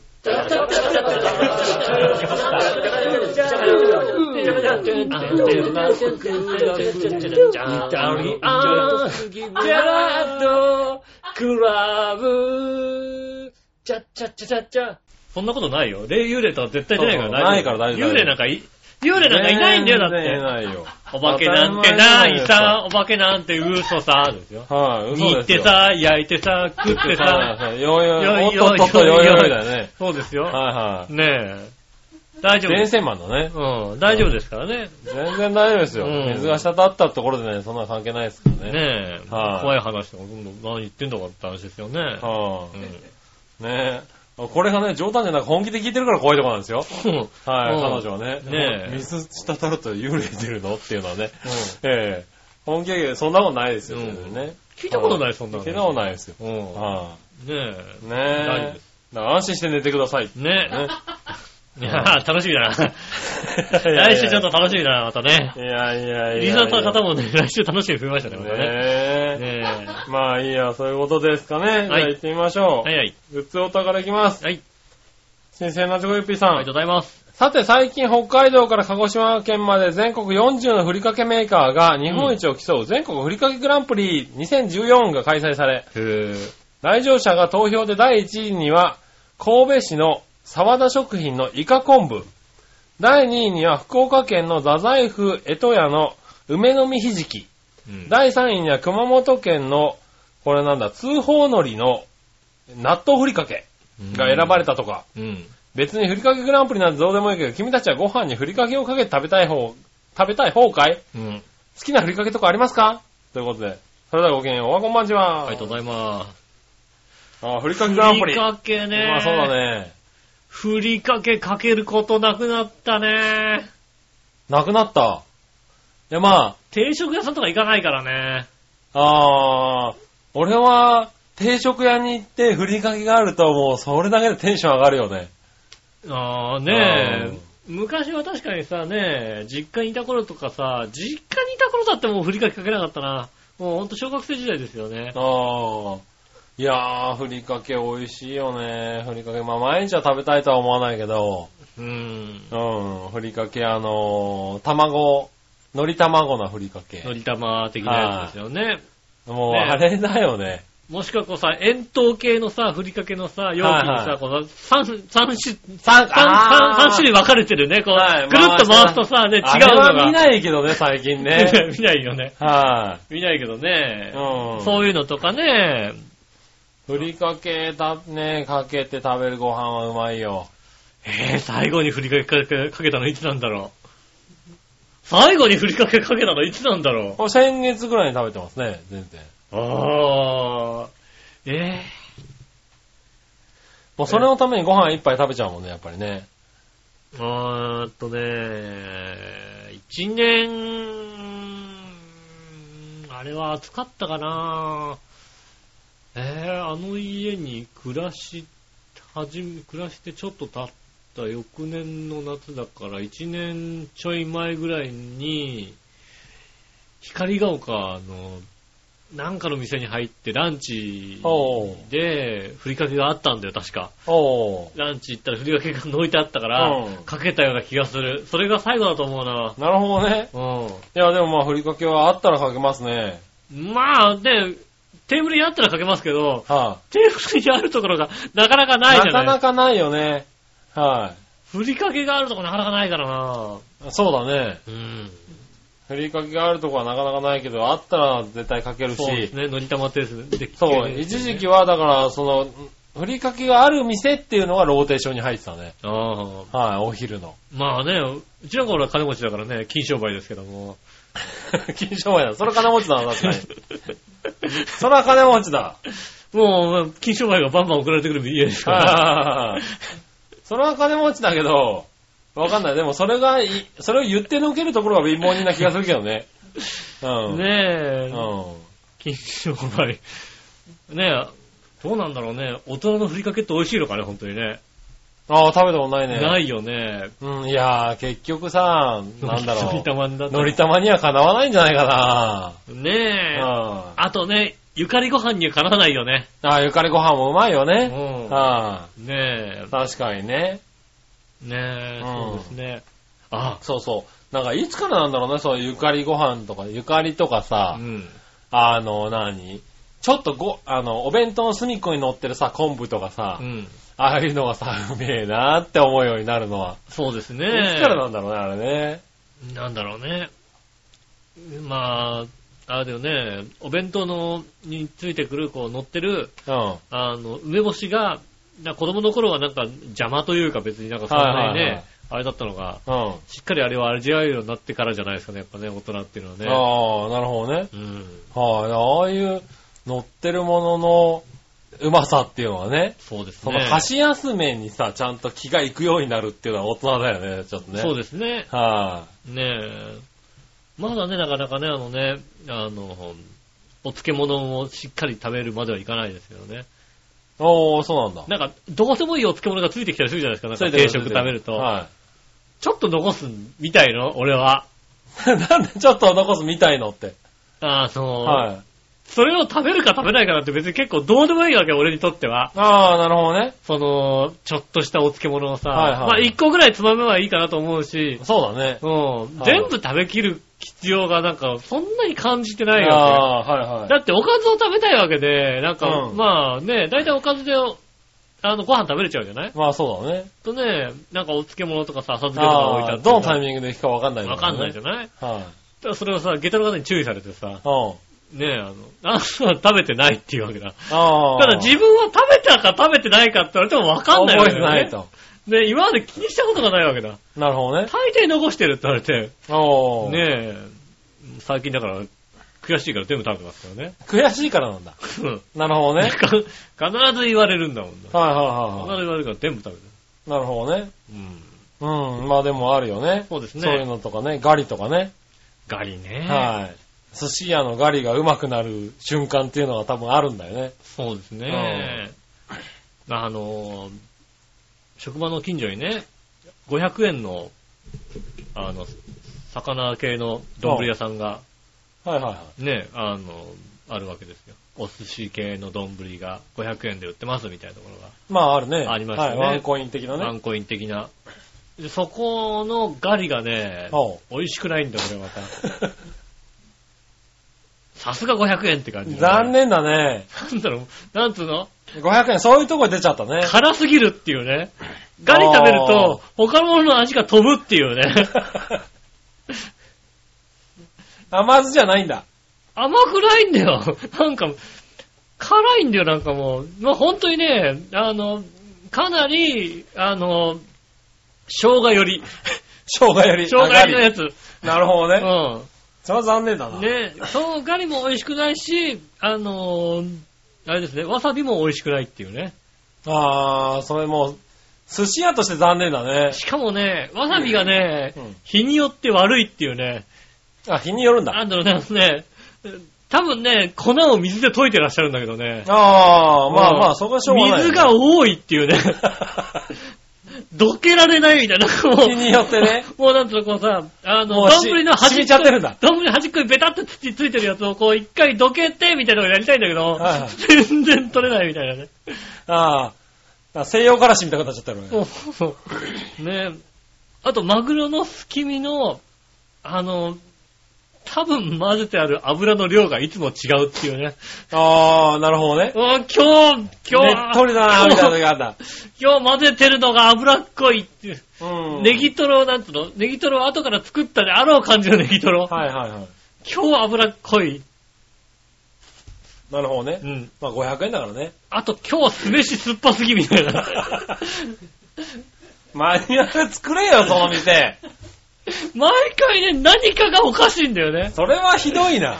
B: そんなことないよ。霊幽霊とか絶対出ないから
C: そうそうないから大丈夫
B: 幽霊なんかい、幽霊なんかいないんだよ、だっ
C: 全然い
B: て。
C: ないよ。
B: お化けなんてないさ、お化けなんて嘘さ、ですよ。
C: はい、嘘です
B: 煮
C: よ。
B: ってさ、焼いてさ、食っ
C: 食って
B: て
C: さ
B: さ、、
C: よいよい、おっ
B: よいよい
C: とっとっとよいよいだよね。
B: そうですよ。
C: は
B: ねえ。大
C: い
B: 丈夫
C: はい。電
B: です。
C: 線マンのね。
B: うん、大丈夫ですからね。
C: 全然大丈夫ですよ。
B: うん
C: 水が滴ったところでね、そんな関係ないですからね。
B: ねえ。
C: はい
B: 怖い話とか、どんどん何言ってんだかって話ですよね。
C: は
B: うん
C: い。ねえ。これがね、冗談じゃなく本気で聞いてるから怖いとこなんですよ。は
B: う
C: い、
B: ん
C: 彼女はね。
B: ねえ
C: 水滴ると幽霊出るのっていうのはね。 ええ。本気で、そんなことないですよ、
B: うん
C: 全然ね。
B: 聞いたことない、そんなの。
C: 聞いたことないですよ。
B: うん。ね
C: は
B: え。
C: い。
B: 大丈夫で
C: ねえ。だから安心して寝てください。
B: ね
C: ね
B: え。いやー楽しみ だな。
C: いや
B: 来週ちょっと楽しみだな、またね
C: い。やいやいやいや。
B: リザートの方もね、来週楽しみ増えましたね、またね。
C: ねえ。
B: ね
C: まあいいや、そういうことですかね。じゃあ行ってみましょ
B: え。はいはい。
C: う。うつおたから行きます。
B: はい。
C: 新鮮なチョコヨッピーさ
B: ありがと
C: ん
B: う。ございます。
C: さて最近北海道から鹿児島県まで全国40のふりかけメーカーが日本一を競う全国ふりかけグランプリ2014が開催され、
B: へぇ
C: 来場者が投票で第1位には神戸市の沢田食品のイカ昆布。第2位には福岡県の太宰府江戸屋の梅の実ひじき。
B: うん。
C: 第3位には熊本県の、これなんだ、通報のりの納豆ふりかけが選ばれたとか、
B: うん。
C: 別にふりかけグランプリなんてどうでもいいけど、君たちはご飯にふりかけをかけて食べたい方、食べたい方かい
B: うん。
C: 好きなふりかけとかありますかということで、それではごきげんよう、おはこんばんちは。
B: ありがとうございます。
C: あ、ふりかけグランプ
B: ふ
C: リ。
B: りかけね。
C: まあそうだ。ね。
B: ふりかけかけることなくなったね。
C: なくなった。いやま
B: 定食屋さんとか行かないからね。
C: あ、あー、俺は、定食屋に行ってふりかけがあるともうそれだけでテンション上がるよね。
B: ああねえ。昔は確かにさ、ねえ、実家にいた頃とかさ、実家にいた頃だってもうふりかけかけなかったな。もうほんと小学生時代ですよね。
C: ああ。いやー、ふりかけ美味しいよね。ふりかけ。まあ、毎日は食べたいとは思わないけど、
B: うん。
C: うん、ふりかけ、あのー、卵、のり卵のふりかけ。
B: のり玉的なやつですよね。
C: もう、
B: ね
C: あれだよね。
B: もしくはこうさ、円筒形のさ、ふりかけのさ、容器にさ、
C: はいはい
B: この三、三種、
C: 三
B: 三、三、三種類分かれてるね。こう、
C: はい
B: ぐるっと回すとさ、ね、違う
C: あれ
B: のが。
C: は見ないけどね、最近 ね。
B: 見ないよね。
C: は
B: 見ないけどね
C: い、。うん。
B: そういうのとかね、
C: ふりかけだ、ね、かけて食べるご飯はうまいよ。
B: えー、最後にふりかけかけかけたのいつなんだろう。最後にふりかけかけたのいつなんだろ
C: もう先月ぐらいに食べてますね、全然。
B: う。ああ、え
C: もうそれのためにご飯一杯食べちゃうもんね、やっぱりね。
B: ー、あーっとね、一年、あれは暑かったかなえー、あの家に暮らし、始め、暮らしてちょっと経った翌年の夏だから、一年ちょい前ぐらいに、光が丘の、なんかの店に入ってランチ
C: おう
B: で、ふりかけがあったんだよ、確か。
C: お
B: ランチ行ったらふりかけが置いてあったから、
C: うん
B: かけたような気がする。それが最後だと思うな。
C: ーなるほどね。
B: う
C: いや、でもまあ、ふりかけはあったらかけますね。
B: ん。まあ、で、テーブルにあったらかけますけど、
C: は
B: テーブルにあるところがなかなか
C: い、
B: ないじゃない
C: なかなかないよね。は、
B: ふりかけがあるとこなかなかないからない
C: そうだね。
B: うん。
C: ふりかけがあるとこはなかなかないけど、あったら絶対かけるし。
B: そうですね、のり玉テースで
C: そう、一時期
B: は。
C: はだから、その、ふりかけがある店っていうのがローテーションに入ってたね。
B: ああ。
C: はい、お昼の。
B: まあね、うちの頃は金持ちだからね、金商売ですけども、
C: 金賞前だ。それ金持ちだな、確かに。それは金持ちだ。
B: もう、金賞前がバンバン送られてくるの嫌です
C: は
B: か
C: い
B: ら。
C: はいはいはいそれは金持ちだけど、わかんない。でもそれがい、それを言ってのけるところは貧乏人な気がするけどね。うん。
B: ねえ、
C: うん。
B: 金賞前。ねえ、どうなんだろうね。大人のふりかけって美味しいのかね、本当にね。
C: ああ、食べたことないね。
B: ないよね。
C: うん、いやー、結局さ、なんだろ
B: のりた
C: う。
B: まんだと
C: のりたまにはかなわないんじゃないかな。
B: ねえ、
C: うん
B: あとね、ゆかりご飯にはかなわないよね。
C: ああ、ゆかりご飯もうまいよ
B: う
C: ね。
B: ん。
C: あ
B: ね
C: あ、確かにね。
B: え、ねえ、
C: うん
B: そうですね。あ、
C: そうそう。なんか、いつからなんだろうね、そう、ゆかりご飯とか、ゆかりとか
B: う
C: さ、
B: ん。
C: あの、何ちょっとご、あの、お弁当の隅っこに乗ってるさ、昆布とかさ、
B: うん。
C: ああいうのがさ、 うめえなって思うようになるのは。
B: そうです
C: い
B: ね。
C: つからなんだろうね、あれね。
B: なんだろうね。まあ、あれだよね、お弁当のについてくる、こう、乗ってる、
C: うん。
B: あの、梅干しが、な子供の頃はなんか邪魔というか別になんかそんなにね、
C: はいはいはい
B: あれだったのが、
C: うん。
B: しっかりあれは味わえるようになってからじゃないですかね、やっぱね、大人っていうのはね。
C: ああ、なるほどね。
B: うん。
C: はい、ああいう乗ってるもののうまさっていうのはね、
B: そうです
C: そ
B: ね。
C: の箸休めにさ、ちゃんと気が行くようになるっていうのは大人だよね、ちょっとね。
B: そう
C: で
B: ですね。
C: す。は
B: ねえ。まだね、なかなかね、あのね、あの、お漬物をしっかり食べるまではいかないですけどね。
C: い、おー、そうなんだ。
B: なんか、どうでもいいお漬物がついてきたりするじゃないですか。なんか
C: それで
B: 定食食べると。
C: は
B: ちょっと残すみたいの俺は。
C: い。 なんでちょっと残すみたいのって。
B: あの、
C: はい。
B: それを食べるか食べないかなんて別に結構どうでもいいわけ、俺にとっては。
C: ああ、なるほどね。
B: その、ちょっとしたお漬物をさ、
C: はいはい
B: まあ一個ぐらいつまめばいいかなと思うし、
C: そうだね。
B: うん、
C: はい
B: 全部食べきる必要がなんかそんなに感じてないよね。
C: ああー、はいはい。
B: だっておかずを食べたいわけで、なんか、
C: うん
B: まあね、大体おかずで、あの、ご飯食べれちゃうじゃない
C: まあそうだね。
B: とね、なんかお漬物とかさ、浅漬けとか置いてあ
C: ああ
B: って
C: ー、どのタイミングで行くかわかんない
B: わかんないじゃ
C: ゃ
B: ない
C: ん。はい。
B: だからそれをさ、下駄の方に注意されてさ、
C: うん。
B: ねえ、あの、あなたは食べてないっていうわけだ。
C: ああ。
B: ただ自分は食べたか食べてないかって言われてもわかんないわ
C: 覚
B: け
C: え
B: だ
C: て
B: よ、ね。
C: ない。と。
B: で、今まで気にしたことがないわけだ。
C: なるほどね。
B: 大抵残してるって言われて、
C: おー。
B: ねえ、最近だから、悔しいから全部食べてますからね。
C: 悔しいからなんだ。
B: うん
C: なるほどね。
B: か 必ず言われるんだもんな。
C: はいはい
B: 必
C: はい
B: ず
C: は
B: 言われるから全部食べてる。
C: い。なるほどね。
B: うん。
C: うん。まあでもあるよね。
B: そうですね
C: そういうのとかね、ガリとかね。
B: ガリね。
C: はい。寿司屋のガリがうまくなる瞬間っていうのは多分あるんだよね。
B: そうですね。あの、職場の近所にね、500円の、あの、魚系の丼屋さんが、
C: はいはいはい。
B: ね、あの、あるわけですよ。お寿司系の丼が500円で売ってますみたいなところ
C: まああるね。
B: ありましたね
C: はいワンコイン的な
B: が、ワ
C: ね。
B: ンコイン的な。でそこのガリがね、
C: おう
B: 美味しくないんだよ、これまた。さすが500円って感じだ
C: 残
B: ね。
C: 念だね。
B: なんだろう、なんつうの
C: 500円、そういうとこ出ちゃっ たね。
B: 辛すぎるっていうね。ガリ食べると、他のものの味が飛ぶっていう ね。
C: 甘酢じゃないんだ。
B: 甘くないんだよ。なんか、辛いんだよ、なんかもう。まあ、本当にね、あの、かなり、あの、生姜より、
C: 生姜より。
B: 生姜よりの
C: あガ
B: や
C: リ
B: つ。
C: なるほど
B: う
C: ね。それは残念だな。
B: ん。ね、そう、ガリも美味しくないし、あの、あれですね、わさびも美味しくないっていうね。
C: あー、それもう、寿司屋として残念だね。
B: しかもね、わさびがね、
C: うん
B: 日によって悪いっていうね。
C: あ、日によるんだ。
B: なんだろうね、あのね、多分ね、粉を水で溶いてらっしゃるんだけどね。
C: あー、まあまあ、そこはしょうがない。
B: 水が多いっていうね。どけられないみたいな。もう
C: 日によってね。
B: もうなんつうの、こうさ、あ
C: も
B: の、
C: うし
B: 丼の端
C: 染
B: っ
C: みちゃってるん
B: こ
C: だ、
B: 丼の端っこにベタってつついてるやつをこう一回どけてみたいなのをやりたいんだけど
C: はいはい、
B: 全然取れないみたいなね。
C: あー、西洋からしみたくなっちゃったよね。
B: もう、ねあと、マグロのすき身の、あの、多分混ぜてある油の量がいつも違うっていうね。
C: あー、なるほど ね。
B: もう今日、今日、
C: ねっとりだなーみたいなのがあった。
B: 今日混ぜてるのが脂っこいっていう。
C: うん。
B: ネギトロ、なんつうのネギトロは後から作ったであろう感じのネギトロ。
C: はいはいはい。
B: 今日は脂っこい。
C: なるほどね
B: う。ん。
C: まあ500円だからね。
B: あと今日は酢飯酸っぱすぎみたい な。
C: マニュアル作れよ、その店。
B: 毎回ね、何かがおかしいんだよね。
C: それはひどいな。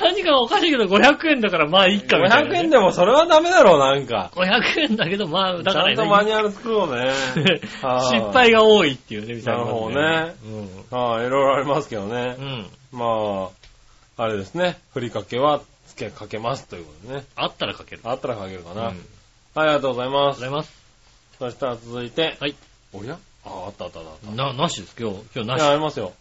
B: 何かがおかしいけど500円だからまあいっかみたいな、
C: 500
B: ね。
C: 円でもそれはダメだろう、なんか。
B: 500円だけど、まあ、だ
C: ち
B: か
C: ゃ
B: ら
C: んとマ
B: ね、。
C: ニュアル作ろうね はい
B: 失。敗が多いっていうね、みたいなことで、
C: なるはい、いろいろありますけどね
B: う。ん。うん。
C: まあ、あれですね。ふりかけは、つけかけますということでね。
B: あったらかける。
C: あったらかけるか
B: うん。
C: な。
B: あり
C: はい、ありがとうございま
B: がとうござ
C: す。
B: います。
C: そしたら続いて。
B: はい。
C: おやあ、あったあったあった。
B: な、なしです、今日。今日ない
C: や、あ
B: し。
C: りますよ。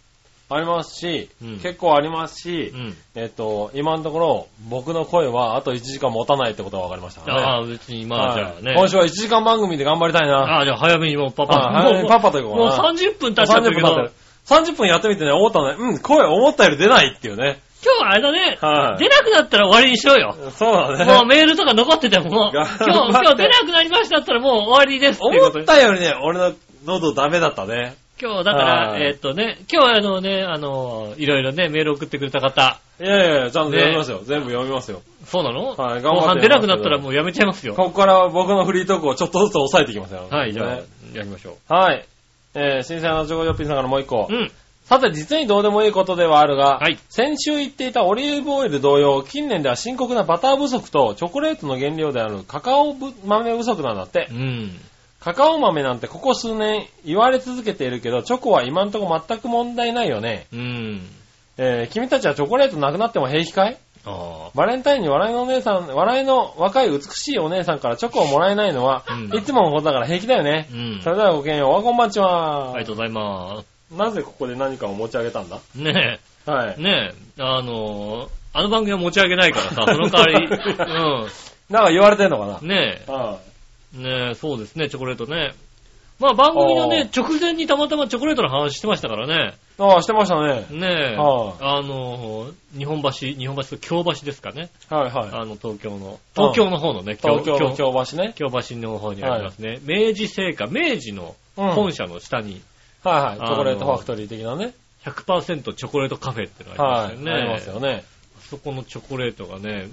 C: ありますし、
B: うん
C: 結構ありますし、
B: うん。
C: えっと、今のところ、僕の声はあと1時間持たないってことが分かりましたからね。
B: ああ、別に、まあ、
C: はい
B: じゃあね。
C: 今週は1時間番組で頑張りたいな。
B: ああ、じゃあ早めにもうパパ。
C: あ早めに
B: もう
C: パパと行こう
B: もう
C: かな
B: 30分経っちゃった
C: 30分
B: け
C: 経って
B: ど
C: る、。30分やってみてね、思ったね。うん、声思ったより出ないっていうね。
B: 今日はあれだね、
C: はい
B: 出なくなったら終わりにしよう よ。
C: そうだ
B: もう
C: ね。
B: メールとか残ってても、もう今
C: 頑
B: 日、
C: 張って
B: 今日出なくなりましたったらもう終わりですっていうこと
C: 思
B: で
C: ったよりね、俺の喉ダメだったね。
B: 今日、だから、
C: はい
B: えーっとね、今日はあのね、あの、いろいろね、メール送ってくれた方。
C: いやいやいや、ちゃんと読みますよ。全部読みますよ。
B: そうなの
C: はい頑張
B: 後
C: って
B: 半出なくなったらもうやめちゃいますよ。
C: ここから僕のフリートークをちょっとずつ抑えていきますよ。
B: はい、じゃあ
C: ね、
B: やりましょ
C: はい。えー、新鮮なジョコヨッピーさんからもう一個
B: う。う。ん。
C: さて、実にどうでもいいことではあるが、
B: はい
C: 先週言っていたオリーブオイル同様、近年では深刻なバター不足と、チョコレートの原料であるカカオぶ豆不足なんだって
B: う。ん。
C: カカオ豆なんてここ数年言われ続けているけど、チョコは今んとこ全く問題ないよね。
B: うん。
C: えー、君たちはチョコレートなくなっても平気かい
B: あ
C: バレンタインに笑いのお姉さん、笑いの若い美しいお姉さんからチョコをもらえないのは、
B: うん
C: いつものことだから平気だよね
B: あ。。うん。
C: それではごきげんよう、おはこんばんちは。
B: ありがとうございま
C: なぜここで何かを持ち上げたんだ
B: す。ね
C: は
B: え、
C: い。
B: ねえ、あの、あの番組は持ち上げないからさ、その代 わり、
C: なんか言われてんのかな
B: うん。ねえ、
C: は
B: ねえ、そうですね、チョコレートね。まあ番組のね、
C: あ
B: 直前にたまたまチョコレートの話してましたからね。
C: い。ああ、してましたね。
B: ねえ、
C: は
B: あの、日本橋、日本橋と京橋ですかね。
C: はいはい。
B: あの、東京の、東京の方のね、
C: 東京の
B: 京
C: 京橋ね。
B: 京橋の方にありますね。明治製菓、明治の
C: うん
B: 本社の下に
C: はいはい。チ
B: あの
C: ョコレートファクトリー的なね。
B: 100%チョコレートカフェってのがあ
C: は
B: り
C: い。
B: ますよね。
C: ありますよね。
B: そこのチョコレートがね、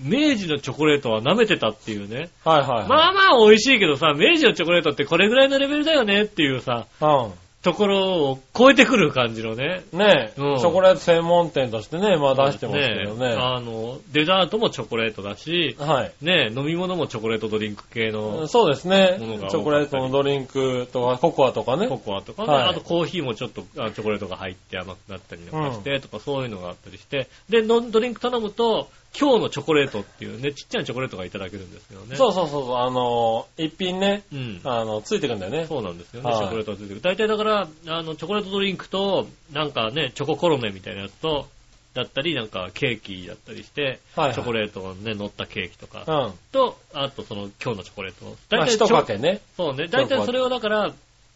B: 明治のチョコレートは舐めてたっていうね。
C: はいはい。
B: まあまあ美味しいけどさ、明治のチョコレートってこれぐらいのレベルだよねっていうさ、
C: うん。
B: ところを超えてくる感じのね。
C: ねえ、チ
B: うん
C: ョコレート専門店としてね、まあ出してますけどね。
B: あの、デザートもチョコレートだし、
C: はい。
B: ね、飲み物もチョコレートドリンク系の
C: そうですね。
B: ものが多かったり
C: チョコレートのドリンクとか、ココアとかね。
B: ココアとかね、
C: はい
B: あとコーヒーもちょっとあチョコレートが入って甘くなったりなんかして、とかそういうのがあったりして、で、のドリンク頼むと、今日のチョコレートっていうね、ちっちゃなチョコレートがいただけるんですけどね。。
C: そううそうそうそう、あのー、一品ね、
B: うん。
C: あの、ついてくんだよね。
B: そうなんですよね、
C: はい
B: チョコレートが出てくる。大体だから、あの、チョコレートドリンクと、なんかね、チョココロネみたいなやつと、だったり、なんかケーキだったりして、
C: はいはい
B: チョコレートがね、乗ったケーキとか、
C: うん。
B: と、あとその今日のチョコレート。
C: まあ、
B: チ
C: 一
B: ョ
C: かけね。
B: そうね。大体それをだから、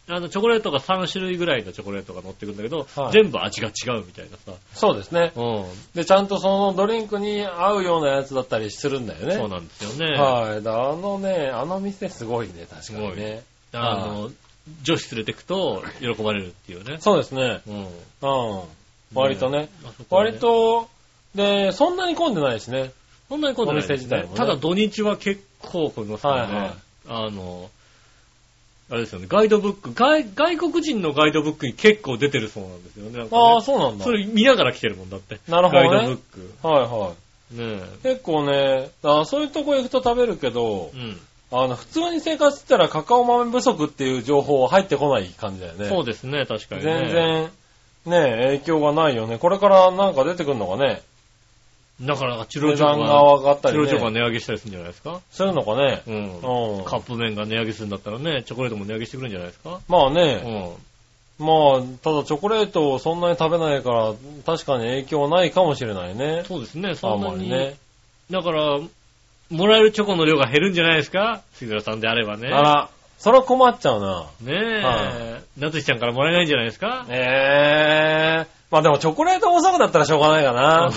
B: あの、チョコレートが3種類ぐらいのチョコレートが乗ってくるんだけど、
C: はい
B: 全部味が違うみたいなさ。
C: そうですね。
B: うん。
C: で、ちゃんとそのドリンクに合うようなやつだったりするんだよね。
B: そうなんですよね。
C: はい。だあのね、あの店すごいね、確かにね。
B: あの、女子連れてくと喜ばれるっていうね。
C: そうですね。
B: うん。
C: うん。割とね。
B: あそこはね
C: 割。と、で、そんなに混んでないしね。
B: そんなに混んでない
C: お店自体もね
B: ただ土日は結構混みますからね。
C: はいはい
B: あの、あれですよね、ガイドブック、外外国人のガイドブックに結構出てるそうなんですよね。なんかね
C: ああ、そうなんだ。
B: それ見ながら来てるもんだって。
C: なるほどね
B: ガイドブック。
C: はいはい。
B: ね
C: 結構ね、あそういうとこ行くと食べるけど
B: え。う、ん。
C: あの、普通に生活してたらカカオ豆不足っていう情報は入ってこない感じだよね。
B: そうですね、確かにね。
C: 全然、ね、影響がないよね。これからなんか出てくるのかね。
B: だから、チロ
C: 値
B: ルチョ
C: 段
B: コ
C: が
B: が、
C: 上がった
B: チ
C: り
B: ロルチョコが
C: ね。
B: 値上げしたりするんじゃないですか
C: するのかね。
B: うん。
C: うん。
B: カップ麺が値上げするんだったらね、チョコレートも値上げしてくるんじゃないですか
C: まあ
B: う
C: ね、
B: ん。
C: まあ、ただチョコレートをそんなに食べないから、確かに影響はないかもしれないね。
B: そうですね、
C: あ
B: そん
C: ん
B: な
C: まり
B: に。
C: ね。
B: だから、もらえるチョコの量が減るんじゃないですか杉浦さんであればね。
C: あら、それは困っちゃうな。
B: ね
C: は
B: え。なつしちゃんからもらえないんじゃないですか
C: ええまあでもチョコレート不足だったらしょうがないかな。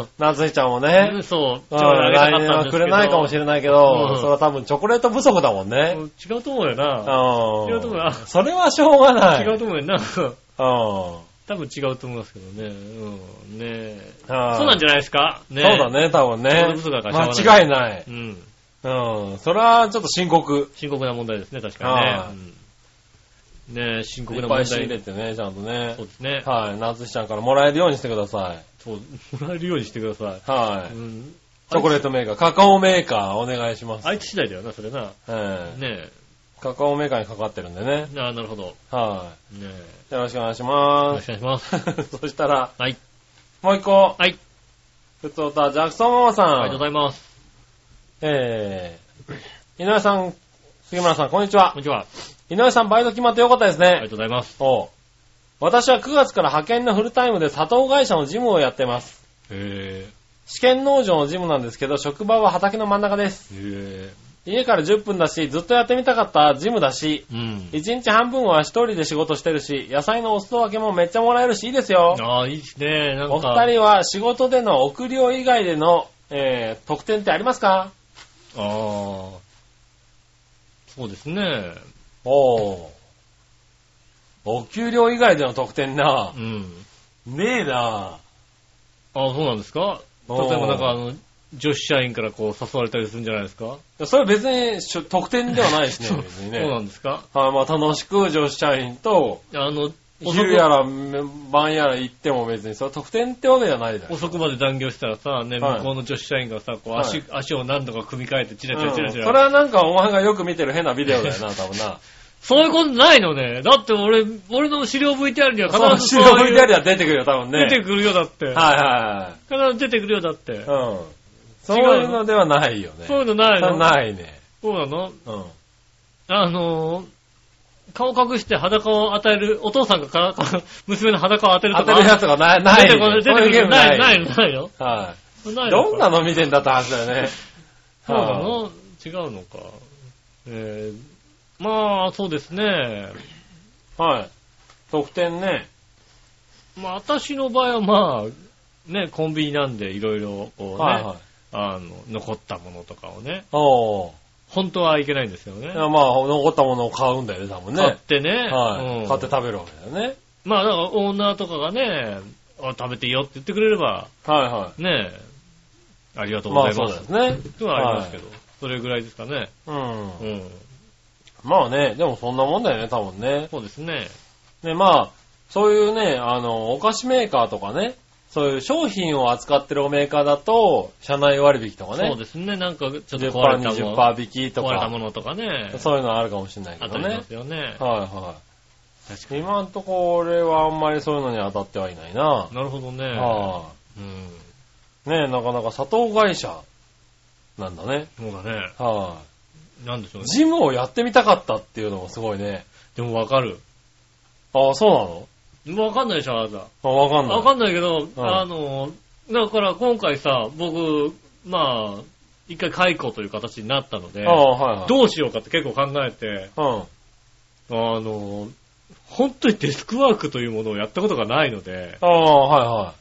B: う
C: 夏井ちゃんも
B: ん
C: ね。
B: そう。
C: うん
B: ちょうどあげた
C: 来
B: かっ
C: 年
B: たんです
C: は
B: けど
C: くれないかもしれないけ
B: うん
C: ど、それは多分チョコレート不足だもんね。
B: うん違うと思うよな。
C: 違
B: 違うと思うよ。あ
C: それはしょうがない。
B: 違うと思うよな。
C: うん。
B: 多分違うと思いますけどね。うん。ねえ。
C: はい
B: そうなんじゃないですかね
C: そ
B: え
C: うだね、多分ね
B: 人手不足だ。からしょうが
C: 間違いない。
B: うん。
C: うん。それはちょっと深刻。
B: 深刻な問題ですね、確かにね
C: はい
B: うん。ね、深刻
C: い
B: な
C: っぱ
B: 問
C: い仕入れ
B: 題。
C: てね、ちゃんとね
B: そう。ですね。
C: はい。夏日ちゃんからもらえるようにしてください。
B: そう、もらえるようにしてください。
C: は
B: う
C: い。
B: ん。
C: チョコレートメーカー、カカオメーカーお願いします。
B: あいつ次第だよな、それな。
C: ええ
B: ね
C: カカオメーカーにかかってるんでね。
B: え。ああ、なるほど。
C: は
B: ねえ。
C: い。よろしくお願いし
B: よ
C: ま
B: ろし
C: す。
B: くお願いします。
C: そしたら、
B: はい。
C: もう一個。
B: はい。
C: ふつおた、ジャクソンママさん。
B: ありがとうございます。
C: えー、井上さん、杉村さん、こんにちは
B: こん。にちは。
C: 井上さん、バイト決まってよかったです
B: ありがと
C: ね。
B: うございます。
C: おう私は9月から派遣のフルタイムで砂糖会社の事務をやってます。
B: へ
C: 試験農場の事務なんですけど、職場は畑の真ん中です。
B: え。へ
C: 家から10分だし、ずっとやってみたかった事務だし、
B: え。うん。
C: 1日半分は一人で仕事してるし、野菜のお裾分けもめっちゃもらえるし、いいですよ。
B: ああ、いいですね。なんか。
C: お二人は仕事での送り料以外での、えー、特典ってありますか
B: ああ。そうですね。
C: おー。お給料以外での特典な
B: う。ん。
C: ねえな。
B: ああ、そうなんですか例
C: おー
B: えばなんかあの、女子社員からこう誘われたりするんじゃないですか
C: それは別にしょ特典ではないで すね。別に
B: そうな
C: ね。
B: んですか
C: はい、まあ楽しく女子社員と、
B: あの、遅
C: 昼や
B: く、
C: らめ晩やら行っても別に、それは特典ってわけじゃないじゃん。
B: 遅くまで残業したらさ、ね、
C: はい
B: 向こうの女子社員がさ、こう
C: はい
B: 足、足を何度か組み替えてチラチ
C: う
B: ラ
C: ん
B: チラ
C: そ
B: チ
C: れ
B: ラ。
C: はなんかお前がよく見てる変なビデオだよ な、多分な。
B: そういうことないのね。だって俺、俺の資料 VTR には
C: その
B: 必ず
C: 資
B: そう
C: 料
B: いう
C: VTR は出てくるよ、多分ね。
B: 出てくるよだって。
C: はいは
B: 必ず出てくるよだって
C: い。はい。うん。そういうのではないよね。
B: そういうのないの
C: ないね。
B: そうなの
C: うん。
B: あのー、顔隠して裸を与える、お父さんがかか娘の裸を当てる
C: 当
B: と
C: てるや
B: か。
C: つがない、ない
B: 出てこな
C: ね。
B: い、出
C: そうい
B: て
C: うゲ
B: こ
C: ーム
B: ない、
C: な。
B: ないい、ないよ。
C: は
B: ない
C: い。
B: のか
C: どんなの見てんだって話だよね。
B: そうな
C: は
B: の違うのか。えー、まあ、そうですね。
C: いはい。特典ね。
B: まあ、私の場合はまあ、ね、コンビニなんでいろいろ、こうね、
C: はいはい。
B: あの、残ったものとかをね、
C: おー。
B: 本当はいけないんですよね
C: い。やまあ、残ったものを買うんだよね、多分
B: 買っ
C: ね。
B: てね、
C: は
B: うん
C: い。買って食べるわけだよね。
B: まあ、だからオーナーとかがね、あ食べていいよって言ってくれれば、
C: はいは
B: ねえ、ありが
C: い。
B: とうご
C: ま
B: ざ
C: あ
B: い
C: そう
B: ま。
C: ですすね。
B: とはありますけど、それぐらいですかね。
C: うん
B: う。ん。
C: まあね、でもそんなもんだよね、多分ね。
B: そうですね。
C: ね、まあ、そういうね、あの、お菓子メーカーとかね、そういう商品を扱ってるメーカーだと、社内割引とかね。
B: そうですね。なんか、ちょっと壊れたもの、
C: 10%、20%引きと
B: 壊れたも
C: か、
B: のとかね、
C: そういうのあるかもしれないけ
B: あ
C: ど
B: たりま
C: ね。
B: すよね。
C: はいはい。
B: 確かに。
C: 今んとこ俺はあんまりそういうのに当たってはいないな。
B: なるほどね。
C: は
B: うん。
C: い。ねなかなか砂糖会社なんだね。
B: そうだね。
C: は
B: なんでしょう
C: い。
B: ね。
C: ジムをやってみたかったっていうのもすごいね。
B: でもわかる。
C: ああ、そう
B: わかんないでしょ、あなた。
C: なのあ、わかんない。
B: わかんないけど、
C: うん
B: あの、だから今回さ、僕、まあ、一回解雇という形になったので、
C: ああ、はいはい。
B: どうしようかって結構考えて、
C: うん。
B: あの、本当にデスクワークというものをやったことがないので、
C: ああ、はいは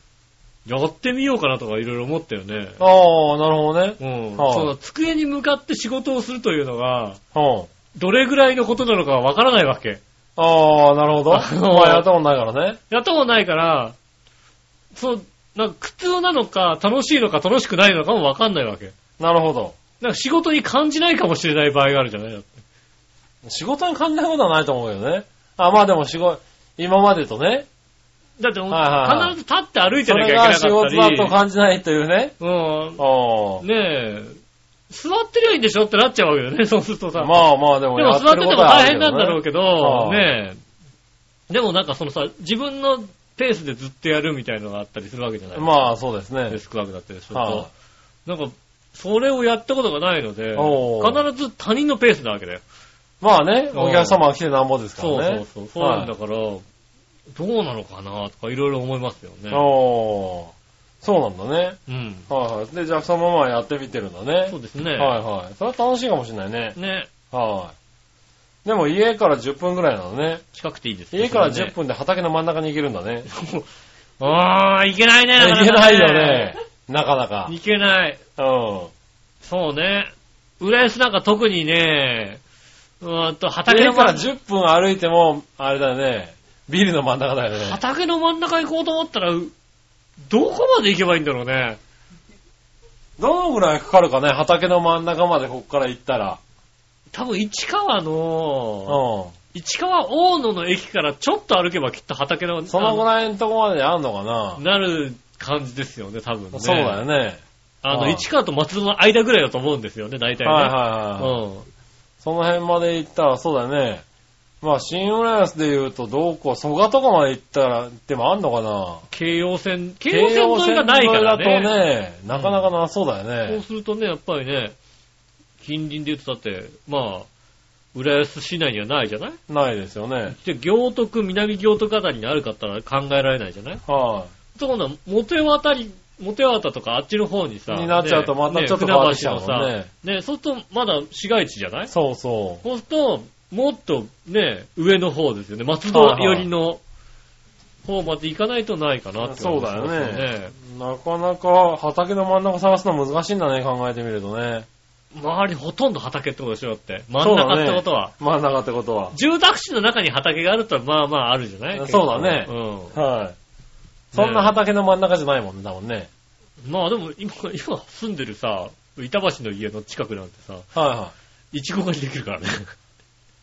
C: い。
B: やってみようかなとかいろいろ思ったよね。
C: ああ、なるほどね。
B: うん。
C: はい
B: その机に向かって仕事をするというのが、
C: うん。
B: どれぐらいのことなのかわからないわけ。
C: ああ、なるほど。
B: あの
C: まあ、やったことないからね。
B: やったことないから、そう、なんか苦痛なのか楽しいのか楽しくないのかもわかんないわけ。
C: なるほど。
B: なんか仕事に感じないかもしれない場合があるじゃないだって
C: 仕事に関連ことはないと思うけどね。あまあでも仕事、今までとね、
B: だってもう、
C: はいはいはい
B: 必ず立って歩いて
C: そ
B: なき
C: れ
B: ゃい
C: が
B: け
C: 仕
B: なか
C: 事だと
B: ったり、
C: 感じないというね。
B: う
C: あ
B: ん、ねえ、座ってりゃいいんでしょってなっちゃうわけだよね、そうすると
C: あ。
B: さ。
C: まあまあでも
B: でも
C: や
B: 座ってても大変なんだろうけ
C: け
B: ど、
C: は
B: ねえ。でもなんかそのさ、自分のペースでずっとやるみたいのがあったりするわけじゃない
C: まあそうです
B: デ
C: ね。
B: スクワークだったりすると
C: は。
B: なんか、それをやったことがないので、
C: おー
B: 必ず他人のペースなわけだよ。
C: いまあね、お客様が来てなんぼですか
B: そう
C: ら
B: そう
C: ね。
B: そう。そうなんだから、どうなのかなとかいろいろ思いますよね。
C: おーそうなんだね。
B: うん。
C: はいはい。で、じゃあそのままやってみてるんだね
B: そ。うですね。
C: はいはい。それは楽しいかもしれないね。
B: ね。
C: はい。でも家から10分ぐらいなのね。
B: 近くていいですね
C: 家から
B: それ
C: 10分で畑の真ん中に行けるん だね。
B: はねああ、いけないね。
C: い
B: な
C: け
B: か
C: な
B: か
C: いよね。。なかなか。
B: いけない。
C: う
B: そうね。浦安なんか特にね、うーんと、
C: ん。
B: 畑
C: 家
B: の
C: か
B: 真
C: ら
B: ん
C: 10分歩いても、あれだよね。ビルの真ん中だよね。
B: 畑の真ん中行こうと思ったら、うどこまで行けばいいんだろうね。
C: どのぐらいかかるかね、畑の真ん中までこっから行ったら。
B: 多分市川
C: う
B: の、
C: ん。
B: 市川大野の駅からちょっと歩けばきっと畑の、
C: そのぐ
B: い
C: らいのとこまであんのかな、
B: なる感じですよね、多分ね。
C: そうだよ
B: ね。
C: ね。
B: あ
C: は
B: の、
C: い
B: 市川と松戸の間ぐらいだと思うんですよね、大体ね。
C: はいはいはい。
B: うん。
C: その辺まで行ったら、そうだね。まあ、新浦安で言うと、どうこう、蘇我とかまで行ったら、でもあんのかな
B: 京葉線、京葉線沿いがないから
C: 京王線沿い
B: ね。
C: だとね、なかなかな、そうだよ
B: そう
C: ね。
B: するとね、やっぱりね、近隣で言うとだって、まあ、浦安市内にはないじゃない
C: ないですよね。
B: で、行徳、南行徳あたりにあるかったら考えられないじゃない
C: は
B: ところは、元山あたり、元山とかあっちの方にさ、
C: になっちゃうとまたちょっと変わってきちゃうもんね
B: 船橋のさね、そうするとまだ市街地じゃない
C: い。そうそう。
B: そうすると、もっとね、上の方ですよね。松戸寄りの方まで行かないとないかなって感じがします
C: そうだよなかなか畑の真ん中探すの難しいんだね、考えてみるとね。
B: 周りほとんど畑ってことでしょだって。真ん中ってことは。
C: 真ん中ってことは。
B: 住宅地の中に畑があるとまあまああるじゃない
C: そうだね
B: う
C: はい。そんな畑の真ん中じゃないもんね、多分ね。
B: ん。まあでも今、今住んでるさ、板橋の家の近くなんてさ、
C: はいはい。
B: いちご狩りできる からね。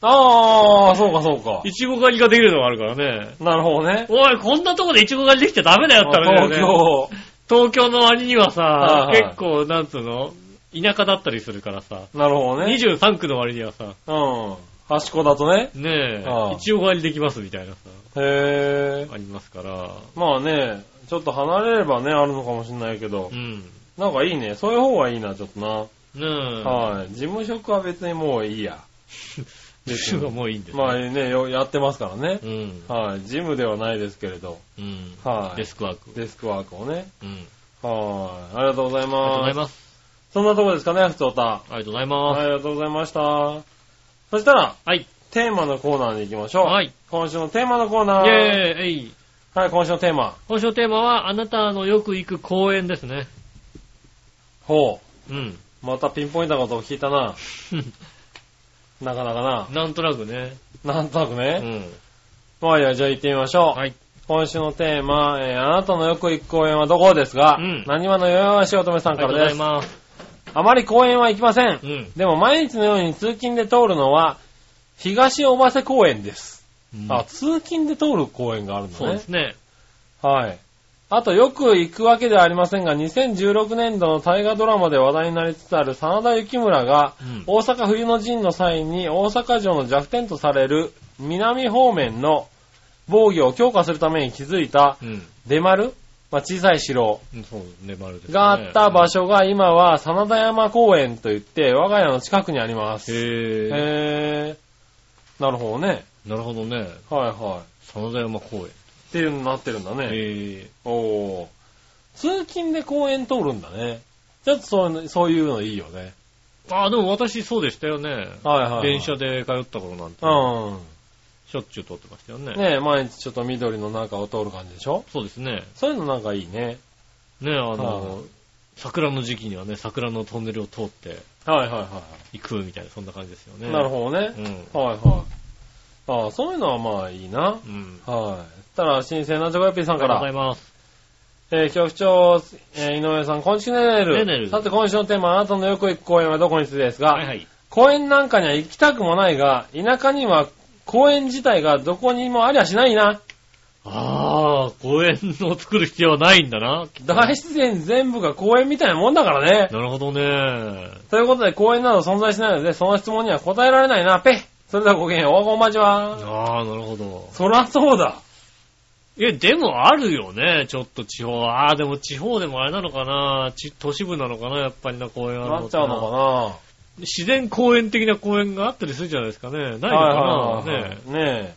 C: ああ、そうかそうか。
B: いちご狩りができるのがあるからね。
C: なるほどね。
B: おい、こんなとこでいちご狩りできちゃダメだよったら
C: 東京。
B: 東京の割にはさ、
C: はいはい
B: 結構、なんつうの田舎だったりするからさ、
C: なるほどね。
B: 23区の割にはさ、
C: うん。端っこだとね。
B: ねえ
C: ああ、
B: 一応狩りできますみたいなさ、
C: へえ。
B: ありますから、
C: まあね、ちょっと離れればね、あるのかもしれないけど
B: う、ん。ね
C: なんかいいね。そういう方がいいな、ちょっとな。
B: え。
C: はい。事務職は別にもういいや。
B: 別にもういいんですね
C: まあね、よやってますからね
B: う。ん。
C: はい。事務ではないですけれど、
B: うん。
C: はい
B: デスクワーク。
C: デスクワークをね。
B: うん。
C: はい。ありがとうござい
B: ありがとうご
C: ま
B: ざ
C: す。
B: います。
C: そんなとこですかね、ふつおた。
B: ありがとうござい
C: はい、
B: ま
C: あ
B: す。
C: りがとうございました。そしたら、
B: はい。
C: テーマのコーナーに行きましょう。
B: はい。イ
C: 今週のテーマのコー
B: ェ
C: ナ
B: ー
C: ー。
B: イえい
C: はい、今週のテーマ。
B: 今週のテーマは、あなたのよく行く公園ですね。
C: ほ
B: うん。
C: う。またピンポイントなことを聞いたな。なかなかな。
B: なんとなくね。
C: なんとなく
B: う
C: ね。
B: ん。
C: まあいいや、じゃあ行ってみましょう。
B: はい。
C: 今週のテーマ、えーあなたのよく行く公園はどこですが、
B: うん
C: 何話のよよよしおとめさ
B: あ
C: ん
B: り
C: か
B: がとうご
C: ら
B: ざい
C: です。
B: ます。
C: あまり公園は行きません。
B: うん。
C: でも毎日のように通勤で通るのは、東小橋公園です。あ、通勤で通る公園があるんだ
B: そうで
C: ね
B: す。ね。
C: はい。あと、よく行くわけではありませんが、2016年度の大河ドラマで話題になりつつある真田幸村が、
B: うん
C: 大阪冬の陣の際に大阪城の弱点とされる南方面の防御を強化するために築いた
B: うん。
C: 出丸、まあ、小さい城
B: うんそうね、まるで、ね。
C: があった場。所が今は真田山公園といって我が家の近くにあります。へ
B: へえ。
C: え。なるほどね。
B: なるほどね。
C: はいはい。
B: 真田山公園。
C: っていうのになってるんだね。
B: へえ。
C: おー通勤で公園通るんだね。ちょっとそういうのそういうのいいよね。
B: あ、でも私そうでしたよね。
C: はいはい、
B: 電車で通った頃なんて、
C: う
B: しょっちゅう通ってましたよね。
C: ん。ねえ、毎日ちょっと緑の中を通る感じでしょ
B: そうですね。
C: そういうのなんかいいね。
B: ね、あ
C: は
B: の、桜の時期にはね、桜のトンネルを通って
C: はいはいはい
B: くみたいな、そんな感じですよね。
C: い。なるほどね。
B: うん。
C: はいはい。ああ、そういうのはまあいいな。
B: うん。
C: はい。そしたら、新鮮なジョコヨッピーさん
B: ありが
C: か
B: とうござ
C: ら
B: い、ます。
C: えー、局長、えー井上さん、こんちきねねる。
B: ねねる
C: さて、今週のテーマ、あなたのよく行く公園はどこについてですが、
B: はいはい。
C: 公園なんかには行きたくもないが、田舎には公園自体がどこにもありゃしないな。
B: ああ、公園を作る必要はないんだな。きっと
C: 大自然全部が公園みたいなもんだからね。
B: なるほどね。
C: ということで、公園など存在しないので、その質問には答えられないな。ペッそれではごきげんよう、おはこんばんちは。
B: ああ、なるほど。
C: そらそうだ。
B: いや、でもあるよね、ちょっと地方。ああ、でも地方でもあれなのかな。ち都市部なのかな、やっぱりな、公園ある
C: なっちゃうのか
B: 自然公園的な公園があったりするじゃないですかね。ないの
C: な。
B: か
C: はいはい
B: な
C: はい
B: ね
C: はいねえ。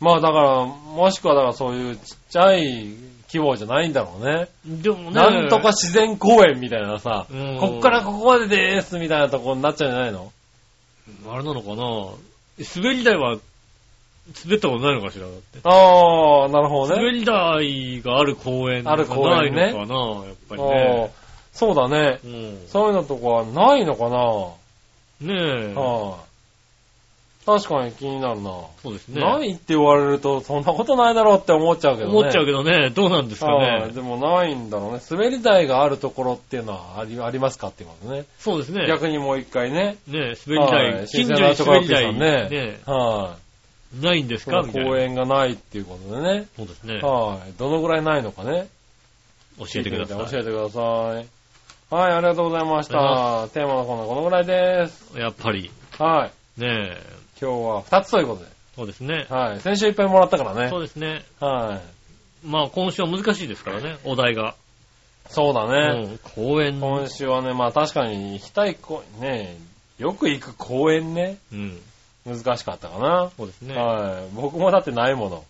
C: まあだから、もしくはだからそういうちっちゃい規模じゃないんだろうね。
B: でもね。
C: なんとか自然公園みたいなさ、
B: うん
C: こっからここまででーすみたいなとこになっちゃうんじゃないの
B: あれなのかな滑り台は、滑ったことないのかしらだって。
C: ああ、なるほどね。
B: 滑り台がある公園
C: ある公園ね
B: ないのかな、やっぱりね。
C: あーそうだね。
B: うん
C: そういうのとかはないのかな、
B: ねえ。
C: は確かに気になるな。
B: そうですね。
C: ないって言われると、そんなことないだろうって思っちゃうけどね。
B: 思っちゃうけどね、どうなんですか
C: はい
B: ね。
C: でもないんだろうね。滑り台があるところっていうのはありありますかっていうことね。
B: そうですね。
C: 逆にもう一回ね。
B: ね、滑り
C: は
B: 台、
C: い
B: 近所に滑り台、
C: 新鮮なチョコラッキー
B: ね、
C: さんはい、
B: ないんです
C: そ
B: か
C: の
B: みたいな。
C: 公園がないっていうことでね。
B: そうですね。教
C: はい、どのぐらいないのかね。
B: えてください。
C: 教えてください。はい、ありがとうございま
B: あ
C: し
B: りが
C: た。テーマのコーナーこのぐらいです。
B: やっぱり、
C: はい。
B: ねえ、
C: 今日は2つということで。
B: そうですね。
C: はい。先週いっぱいもらったからね
B: そ。うですね。
C: はい。
B: まあ今週は難しいですからね、お題が。
C: そうだね。
B: うん公園の
C: 今、週はね、まあ確かに行きたい公園、ね、よく行く公園ね、
B: うん、
C: 難しかったか
B: そうです
C: な。
B: ね。
C: はい。僕もだってないもの。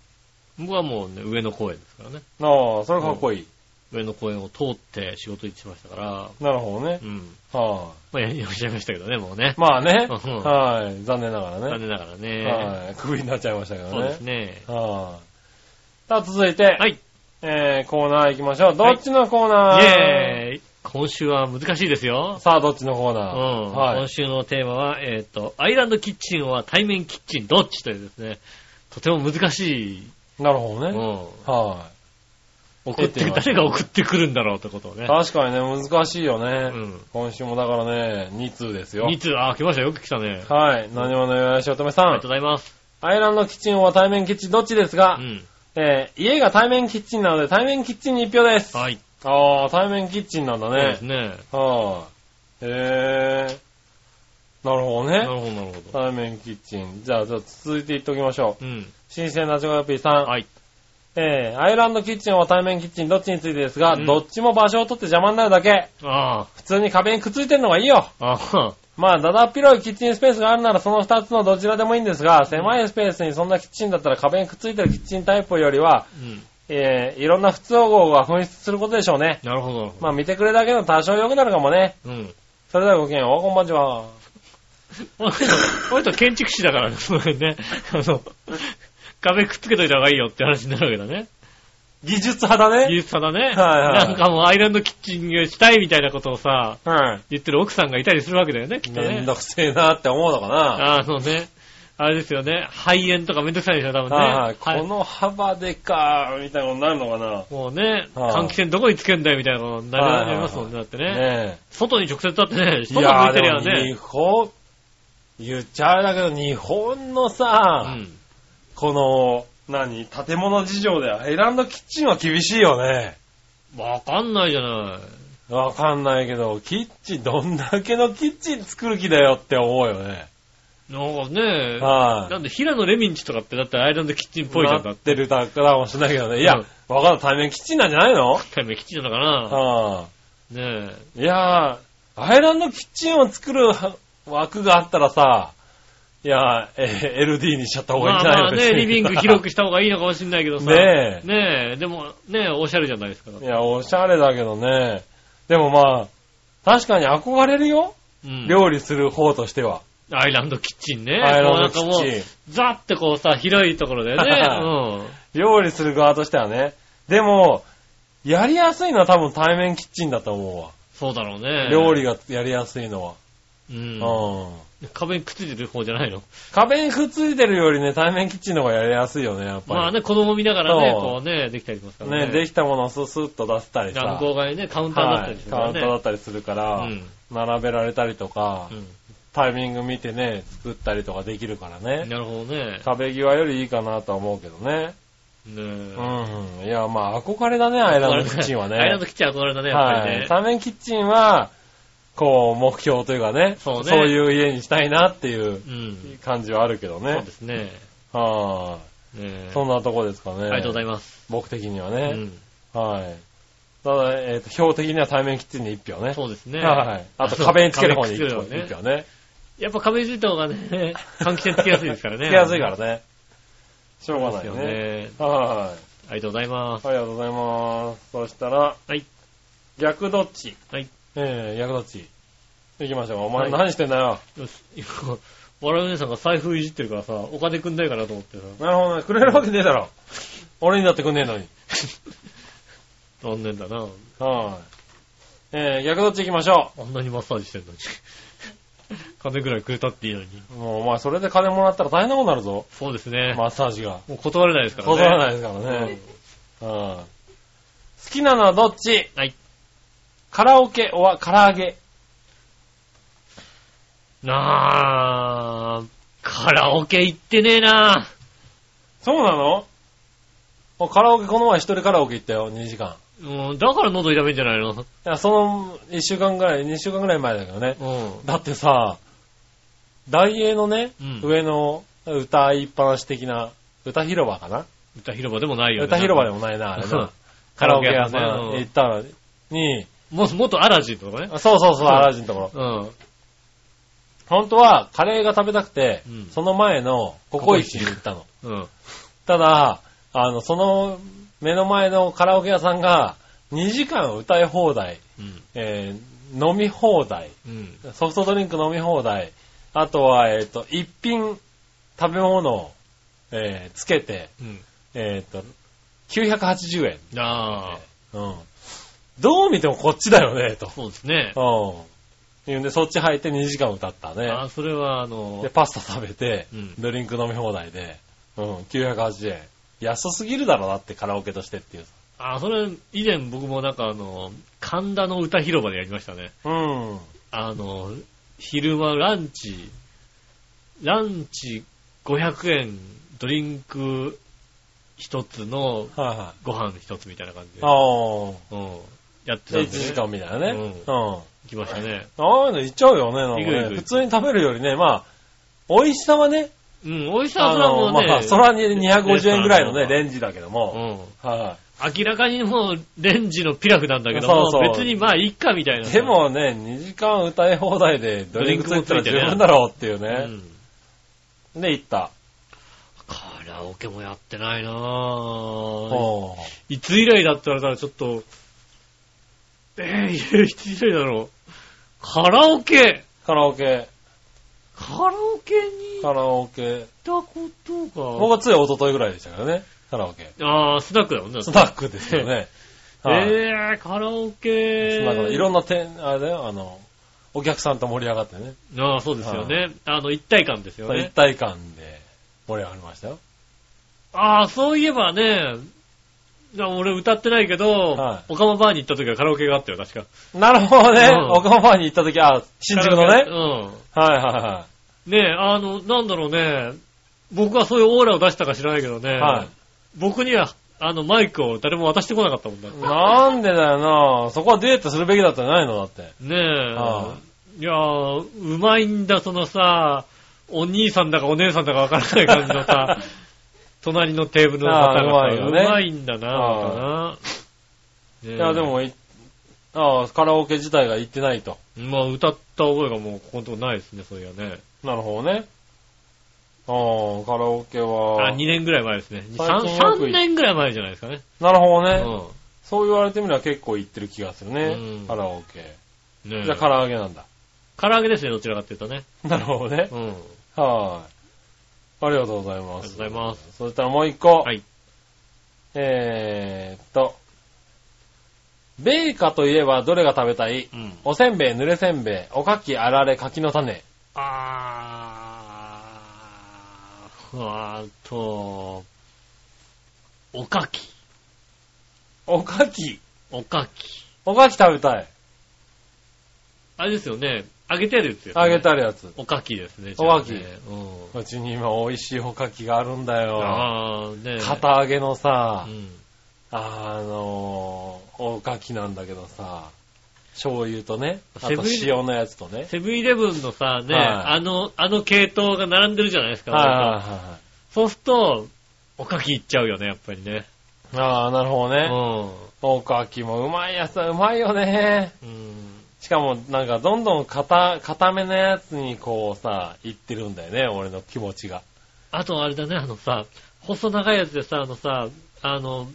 B: 僕はもうね、上野公園ですからね。
C: ああ、それかっこいい。
B: 上野公園を通って仕事行ってましたから、
C: なるほどね
B: う。ん。
C: は
B: まあやり直しちゃいましたけどね、もうね
C: い。。まあね。
B: うん
C: はい。残念ながら
B: 残
C: ね。
B: 念ながらね。
C: はい。クビになっちゃいましたけど
B: そうです
C: ね。
B: ね。
C: はい。さあ、続いて。
B: はい。
C: えー、コーナー行きましょう。どっちのコー
B: イ
C: ナー、
B: ェーイ今週は難しいですよ。
C: さあ、どっちのコー
B: うん
C: ナー、は
B: 今
C: い。
B: 週のテーマは、えっ、と、アイランドキッチンは対面キッチンどっちというですね、とても難しい、
C: なるほど
B: う
C: ね。
B: ん、
C: は
B: 送って、
C: 送ってます
B: 誰が送ってくるんだろうってことを
C: い。
B: ね。
C: 確かにね、難しいよ
B: う
C: ね。
B: ん。
C: 今週もだからね、2通ですよ。
B: 2通、あ、来ましたよく来たね。
C: はい。何者よ、しおとめ
B: あ
C: さ
B: りが
C: ん
B: とうご。ざいます。
C: アイランドキッチンは対面キッチンどっちですが、
B: うん。
C: えー家が対面キッチンなので対面キッチンに一票です。
B: はい。
C: ああ、対面キッチンなんだ
B: そうで
C: ね
B: す。ね。
C: はい。へえー。なるほど
B: なる
C: ね。
B: ほど、なるほど。
C: 対面キッチン。じゃあ、じゃあ続いていっておきましょう。
B: うん。
C: 新鮮なチョコヨッピーさん。
B: はい。
C: えーアイランドキッチンは対面キッチンどっちについてですが、
B: うん
C: どっちも場所を取って邪魔になるだけ。
B: あ
C: 普通に壁にくっついてるのがいいよ。
B: あ、ああ、
C: まあ、だだっ広いキッチンスペースがあるならその2つのどちらでもいいんですが、狭いスペースにそんなキッチンだったら壁にくっついてるキッチンタイプよりは、
B: うん。
C: えー、いろんな不都合が紛失することでしょうね。
B: なるほど、なるほ
C: まあ、見てくれだけの多少良くなるかもね。
B: ど。うん。
C: それではごきげんよう、こんばんちは。
B: この人、この人建築士だ からね、その辺ね。あの、壁くっつけといた方がいいよって話になるわけだね。
C: 技術派だ
B: 技
C: ね。
B: 術さだね。
C: いはい
B: なんかもうアイランドキッチンがしたいみたいなことをさ、
C: は
B: 言ってる奥さんがいたりするわけだよね、き
C: い。
B: っと
C: めん
B: ね。
C: どくせえなって思うのかな。
B: あのね、あれですよね、肺炎とかめんどくさいでしょ、多分ね。
C: はいはい。こ
B: はい
C: の幅でか、みたいなことになるのかな。
B: もうね、
C: はい
B: 換気扇どこにつけんだよみたいなことになり
C: はいはいはい
B: なりますもんね、だってね。
C: ね
B: 外に直接立ってね、
C: え。
B: 外向いてりゃ
C: でも日
B: ね。
C: 本、言っちゃあれだけど、日本の
B: う
C: さ、
B: ん。
C: この、何、建物事情でアイランドキッチンは厳しいよね。
B: わかんないじゃない。
C: わかんないけど、キッチン、どんだけのキッチン作る気だよって思うよね。
B: なんかね、
C: はい、
B: なんで平野レミンチとかってだってアイランドキッチンっぽいじゃんだ
C: な
B: っ。
C: っててるだからもしれないけどね。いや、
B: うん
C: わかんない。対面キッチンなんじゃないの
B: 対面キッチンなのかな。
C: は
B: ねえ。
C: い、いやー、アイランドキッチンを作るは枠があったらさ、いやー、えー LD にしちゃった方がい
B: ま
C: いん
B: あ
C: じゃない
B: ま
C: の
B: あね、リビング広
C: く。
B: くした方がいいのかもしれないけどさ。
C: ねえ
B: ねえ、でもねえ、おしゃれじゃないですか。
C: いや、おしゃれだけどね。でもまあ、確かに憧れるよ。
B: うん。
C: 料理する方としては。
B: アイランドキッチンね。
C: アイランドキ
B: こう
C: ッ
B: なん
C: チ
B: かも
C: ン。
B: う、ザってこうさ、広いところだよね。
C: 料理する側としてはね。でも、やりやすいのは多分対面キッチンだと思うわ。
B: うん。そうだろうね。
C: 料理がやりやすいのは。
B: うん。
C: うん。
B: 壁にくっついてる方じゃないの。
C: 壁にくっついてるよりね、対面キッチンの方がやりやすいよね、やっ
B: まあ
C: ぱり。
B: ね、子供見ながらね、
C: そう
B: こうね、できたりしますから
C: ね
B: ね。
C: できたものをススッと出せたりさ。
B: 向こう側にね、カウンターだっ
C: は
B: た
C: い
B: りす、るか
C: カウ
B: ら
C: ン
B: ね。
C: トだったりするから、並べられたりとか、
B: うん。
C: タイミング見てね、作ったりとかできるから
B: うん。
C: ね。
B: なるほどね。
C: 壁際よりいいかなとは思うけどね。
B: ね
C: う
B: え
C: ん。いや、まあ憧れだね、アイランドキッチンはね。
B: アイランドキッチン憧れだね、やっぱり
C: は
B: ね
C: い。。タメキッチンは、こう、目標というかね、
B: そうね
C: いう家にしたいなってい
B: う
C: う
B: ん。
C: 感じはあるけど
B: そう
C: ね
B: で。すね。
C: は
B: ね
C: い。
B: え
C: そんなとこですか
B: あ
C: ね。
B: りがとうございます。
C: 僕的には
B: う
C: ね。
B: ん。
C: はい。ただ、えっと、表的には対面キッチンに1票ね。
B: そうですね。
C: はい。あと壁につける方に1票
B: 壁につける
C: 一票ね。
B: やっぱ壁についた方が ね、換気扇つけやすいですからね。
C: つけやすいからね。しょうが
B: で
C: な
B: す
C: い
B: よ
C: ね。
B: ね。
C: はい。
B: ありがとうございます。
C: ありがとうございます。そしたら、
B: はい。
C: 逆どっち
B: はい。
C: えー、逆どっち行きましょう。お前
B: はい
C: 何してんだよ。
B: よし、今、笑う姉さんが財布いじってるからさ、お金くんないかなと思ってさ、
C: なるほどね。くれるわけねえだろ。俺にだってくんねえのに。
B: 残念だな。
C: はい。えー、逆どっち行きましょ
B: あんなにマッサージしてんのに。
C: う。
B: 風ぐらいくれたっていいのに。
C: もうお前それで金もらったら大変なことになる ぞ。
B: そうですね。
C: マッサージが。
B: もう断れないですからね。
C: 断らないですからね。うん。好きなのはどっち
B: はい。
C: カラオケは唐揚げ。
B: なあ、カラオケ行ってねえな
C: そうなのもうカラオケこの前一人カラオケ行ったよ、2時間。
B: うん、だから喉痛めんじゃないの
C: いや、その1週間ぐらい、2週間ぐらい前だけどね。
B: うん。
C: だってさ、大英のね、
B: うん
C: 上の歌いっぱなし的な、歌広場かな、
B: 歌広場でもないよね。
C: 歌広場でもないな、あれ
B: うん
C: な。カラオケ屋
B: カ
C: さ
B: ラ
C: ん
B: オケ屋さんうん
C: 行ったら、に、
B: も、もっとアラジンとかね。
C: あそうそうそう、アラジンのところ。
B: うん。
C: 本当はカレーが食べたくて、
B: うん
C: その前のココイチに行ったの。
B: うん。
C: ただ、あの、その目の前のカラオケ屋さんが、2時間歌い放題、
B: うん。
C: えー飲み放題、
B: うん。
C: ソフトドリンク飲み放題、あとは、えっ、と、一品食べ物を、えーつけて、
B: うん。
C: えっ、と、980円。
B: ああ、
C: うん。どう見てもこっちだよね、と。
B: そうですね。
C: うん。いうんで、そっち入って2時間歌ったね。
B: あーそれは、あの
C: で、、パスタ食べて、
B: うん
C: ドリンク飲み放題で、うん、980円。安すぎるだろ、だってカラオケとしてっていう。
B: あーそれ、以前僕もなんかあの、神田の歌広場でやりましたね。
C: うん。
B: あの、昼間ランチ、ランチ500円、ドリンク一つの
C: はいはい。
B: ご飯一つみたいな感じで
C: あ、ー
B: うん、やってたん
C: で
B: で、ね、
C: 1時間みたいなね。う。
B: うん行きましたね。
C: ああいうのいっちゃうよね、なんかね
B: いくいく
C: 普通に食べるよりね、まあ、美味しさはね、
B: うん、美味しさは
C: あ
B: それはも
C: の、
B: うね、
C: まあ、それは250円ぐらいのね、
B: レ
C: レンジだけど
B: う
C: も。
B: ん、
C: は
B: 明らかにもうレンジのピラフなんだけども、
C: そうそう
B: 別にまあいっかみたい
C: い。
B: な。
C: で、もね、2時間歌い放題でドリンクついたら十分だろうっていう
B: う
C: ね。
B: ん、
C: で、行った。
B: カラオケもやってないなぁ。
C: おー
B: いつ以来だって言われたらちょっと、えー、いつ以来だろう。カラオケ
C: カラオケ、
B: カラオケに行っ
C: カラオケ。
B: たこと
C: 僕
B: が。
C: はつい一昨日ぐらいでしたからね、カラオケ。
B: ああ、スナックだもんね。
C: スナックですよ ね。はい
B: えー、カラオケ。
C: スナックのいろんな点、あれだよ、あの、お客さんと盛り上がってね、
B: ああ、そうですよね。あの、一体感ですよ
C: そう一
B: ね。
C: 体感で盛り上がりましたよ。
B: ああ、そういえばね、な俺歌ってないけど、
C: は
B: オカマバーに行った時はカラオケがあったよ、確か。
C: なるほどね
B: う。ん
C: 岡本ファンに行った時、あ、新宿の
B: カ
C: ね。は
B: ラオ
C: い
B: ケ
C: はいは
B: うん。ねえ、あの、なんだろうね、僕はそういうオーラを出したか知らないけどね、
C: い。はい。
B: 僕には、あの、マイクを誰も渡してこなかったもんだって。
C: なんでだよなそこはデートするべきだったんじゃないのだって。
B: ねえ、
C: はい
B: やーうまいんだ、そのさ、お兄さんだかお姉さんだかわからない感じの さ、隣のテーブルの方がさ、
C: あーうまいよね
B: うまいんだな、またな。ねえ
C: いや、で、も、いあカラオケ自体が行ってないと。
B: まあ、歌った覚えがもうここのとこないですね、そういやね。
C: なるほどね。ああ、カラオケは
B: あ、。2年ぐらい前ですね。
C: 最
B: 3,
C: 近よく行っ
B: 年ぐらい前じゃないですかね。
C: なるほ
B: う
C: どね。
B: ん
C: そう言われてみれば結構行ってる気がするね。
B: うん
C: カラオケ。
B: ねえ
C: じゃあ唐揚げなんだ。
B: 唐揚げですね、どちらかっていうとね。
C: なるほどね
B: う。ん。
C: はい。ありがとうござい
B: ありが
C: ます。
B: とうございます。
C: そしたらもう一個。
B: はい。
C: えーっと。米花といえばどれが食べたい
B: うん。
C: おせんべい、ぬれせんべい、おかき、あられ、柿の種。
B: あー、あと、おかき。
C: おかき。
B: おかき。
C: おかき食べたい。
B: あれですよね。揚げてあるやつよ、ね。
C: あげてあるやつ。
B: おかきですね。
C: おかき
B: じゃあねうん。
C: うちに今美味しいおかきがあるんだよ。
B: あー、ね
C: 片揚げの
B: う
C: さ、
B: ん。
C: あのー、おかきなんだけどさ、醤油とね、あと
B: セブンイレ
C: 塩のやつとね。
B: セブンイレブンのさ、ね、
C: はい
B: あの、あの系統が並んでるじゃないですか。
C: はいはいはいはい。
B: そうすると、おかきいっちゃうよね、やっぱりね。
C: ああ、なるほど
B: う
C: ね。
B: ん。
C: おかきもうまいやつはうまいよね。
B: うん。
C: しかも、なんか、どんどん硬、硬めのやつにこうさ、いってるんだよね、俺の気持ちが。
B: あとあれだね、あのさ、細長いやつでさ、あのさ、あの、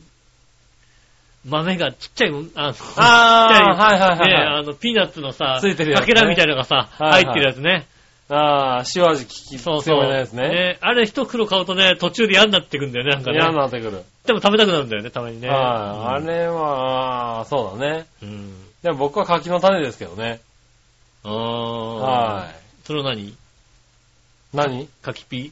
B: 豆がちっちゃい、あの、
C: あー
B: ちっちゃ
C: はいはいはいはい
B: ねあの、ピーナッツのさ、
C: ついてるやつね
B: かけらみたいなのがさ、
C: はいはい
B: 入ってるやつね。
C: ああ、塩味効き
B: そう
C: 強
B: そう。
C: めのやつね。
B: あれ一袋買うとね、途中で嫌になってくんだよね、なんかね。
C: 嫌になってくる。
B: でも食べたくなるんだよね、たまにね。
C: は
B: う
C: い。
B: ん
C: あれは、あーそうだね。
B: うん。
C: でも僕は柿の種ですけどね。
B: あー
C: は
B: それは何
C: 何
B: カキピ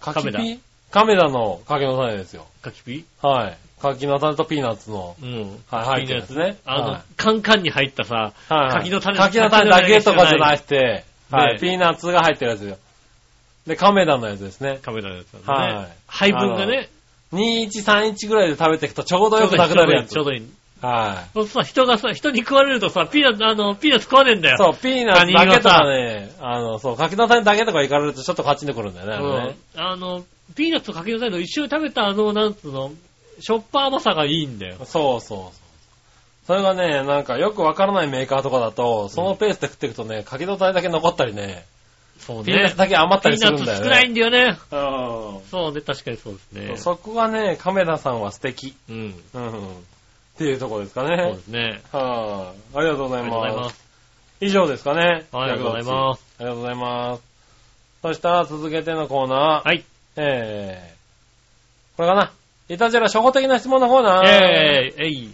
C: カ
B: メラ
C: キピカメラの柿の種ですよ。
B: ーカキピ
C: はい。柿の種とピーナッツの。
B: ーうん。
C: はい、
B: 柿のやつ
C: 入ってるやつね
B: あの、
C: はい
B: カンカンに入ったさ、
C: はいはい。
B: 柿の種
C: 柿の種だけとかじゃなくて、は
B: ね
C: い。ピーナッツが入ってるやつよ。で、カメラのやつですね。
B: カメラのやつなんだね。
C: はい。
B: 配分がね、
C: 2131ぐらいで食べていくとちょうど
B: ちょ
C: よ
B: う
C: く
B: ど
C: ないくなるや
B: い、
C: つ
B: ちょ。うどいい。
C: は
B: そうさ、人がさ、人に食われるとさ、ピーナッツ、あの、ピーナッツ食わねえんだ
C: い。
B: よ。
C: そう、ピーナッツだけとかね、あの、そう、柿の種だけとか行かれるとちょっとカチンとくるんだよね、あのね。
B: うんあの、ピーナッツと柿の種の一緒に食べたあの、なんつうの、しょっぱ甘さがいいんだよ。
C: そうそうそう。それがね、なんかよくわからないメーカーとかだと、そのペースで食っていくとね、柿の種だけ残ったりね、
B: そう
C: ピーナッ
B: ね
C: ツ。だけ余っ
B: ピ
C: たり
B: ー
C: す
B: ナ
C: る
B: ッ
C: ん
B: ツ
C: だ
B: 少
C: よね。
B: ないんだよね。
C: うん
B: そうね、確かにそうですね。
C: そこがね、カメラさんは素敵。
B: うん。
C: うん。っていうところですか
B: そう
C: ね
B: で。すね。
C: はい、あ。りがとうご
B: あ
C: ざ
B: りが
C: い
B: とうございま
C: ます。
B: す。
C: 以上ですかね。
B: ありがとうございます。
C: す。ありがとうございます。そしたら続けてのコーナー。
B: はい。
C: えー、これかな。いたじら初歩的な質問のコーナー。
B: えー、えい。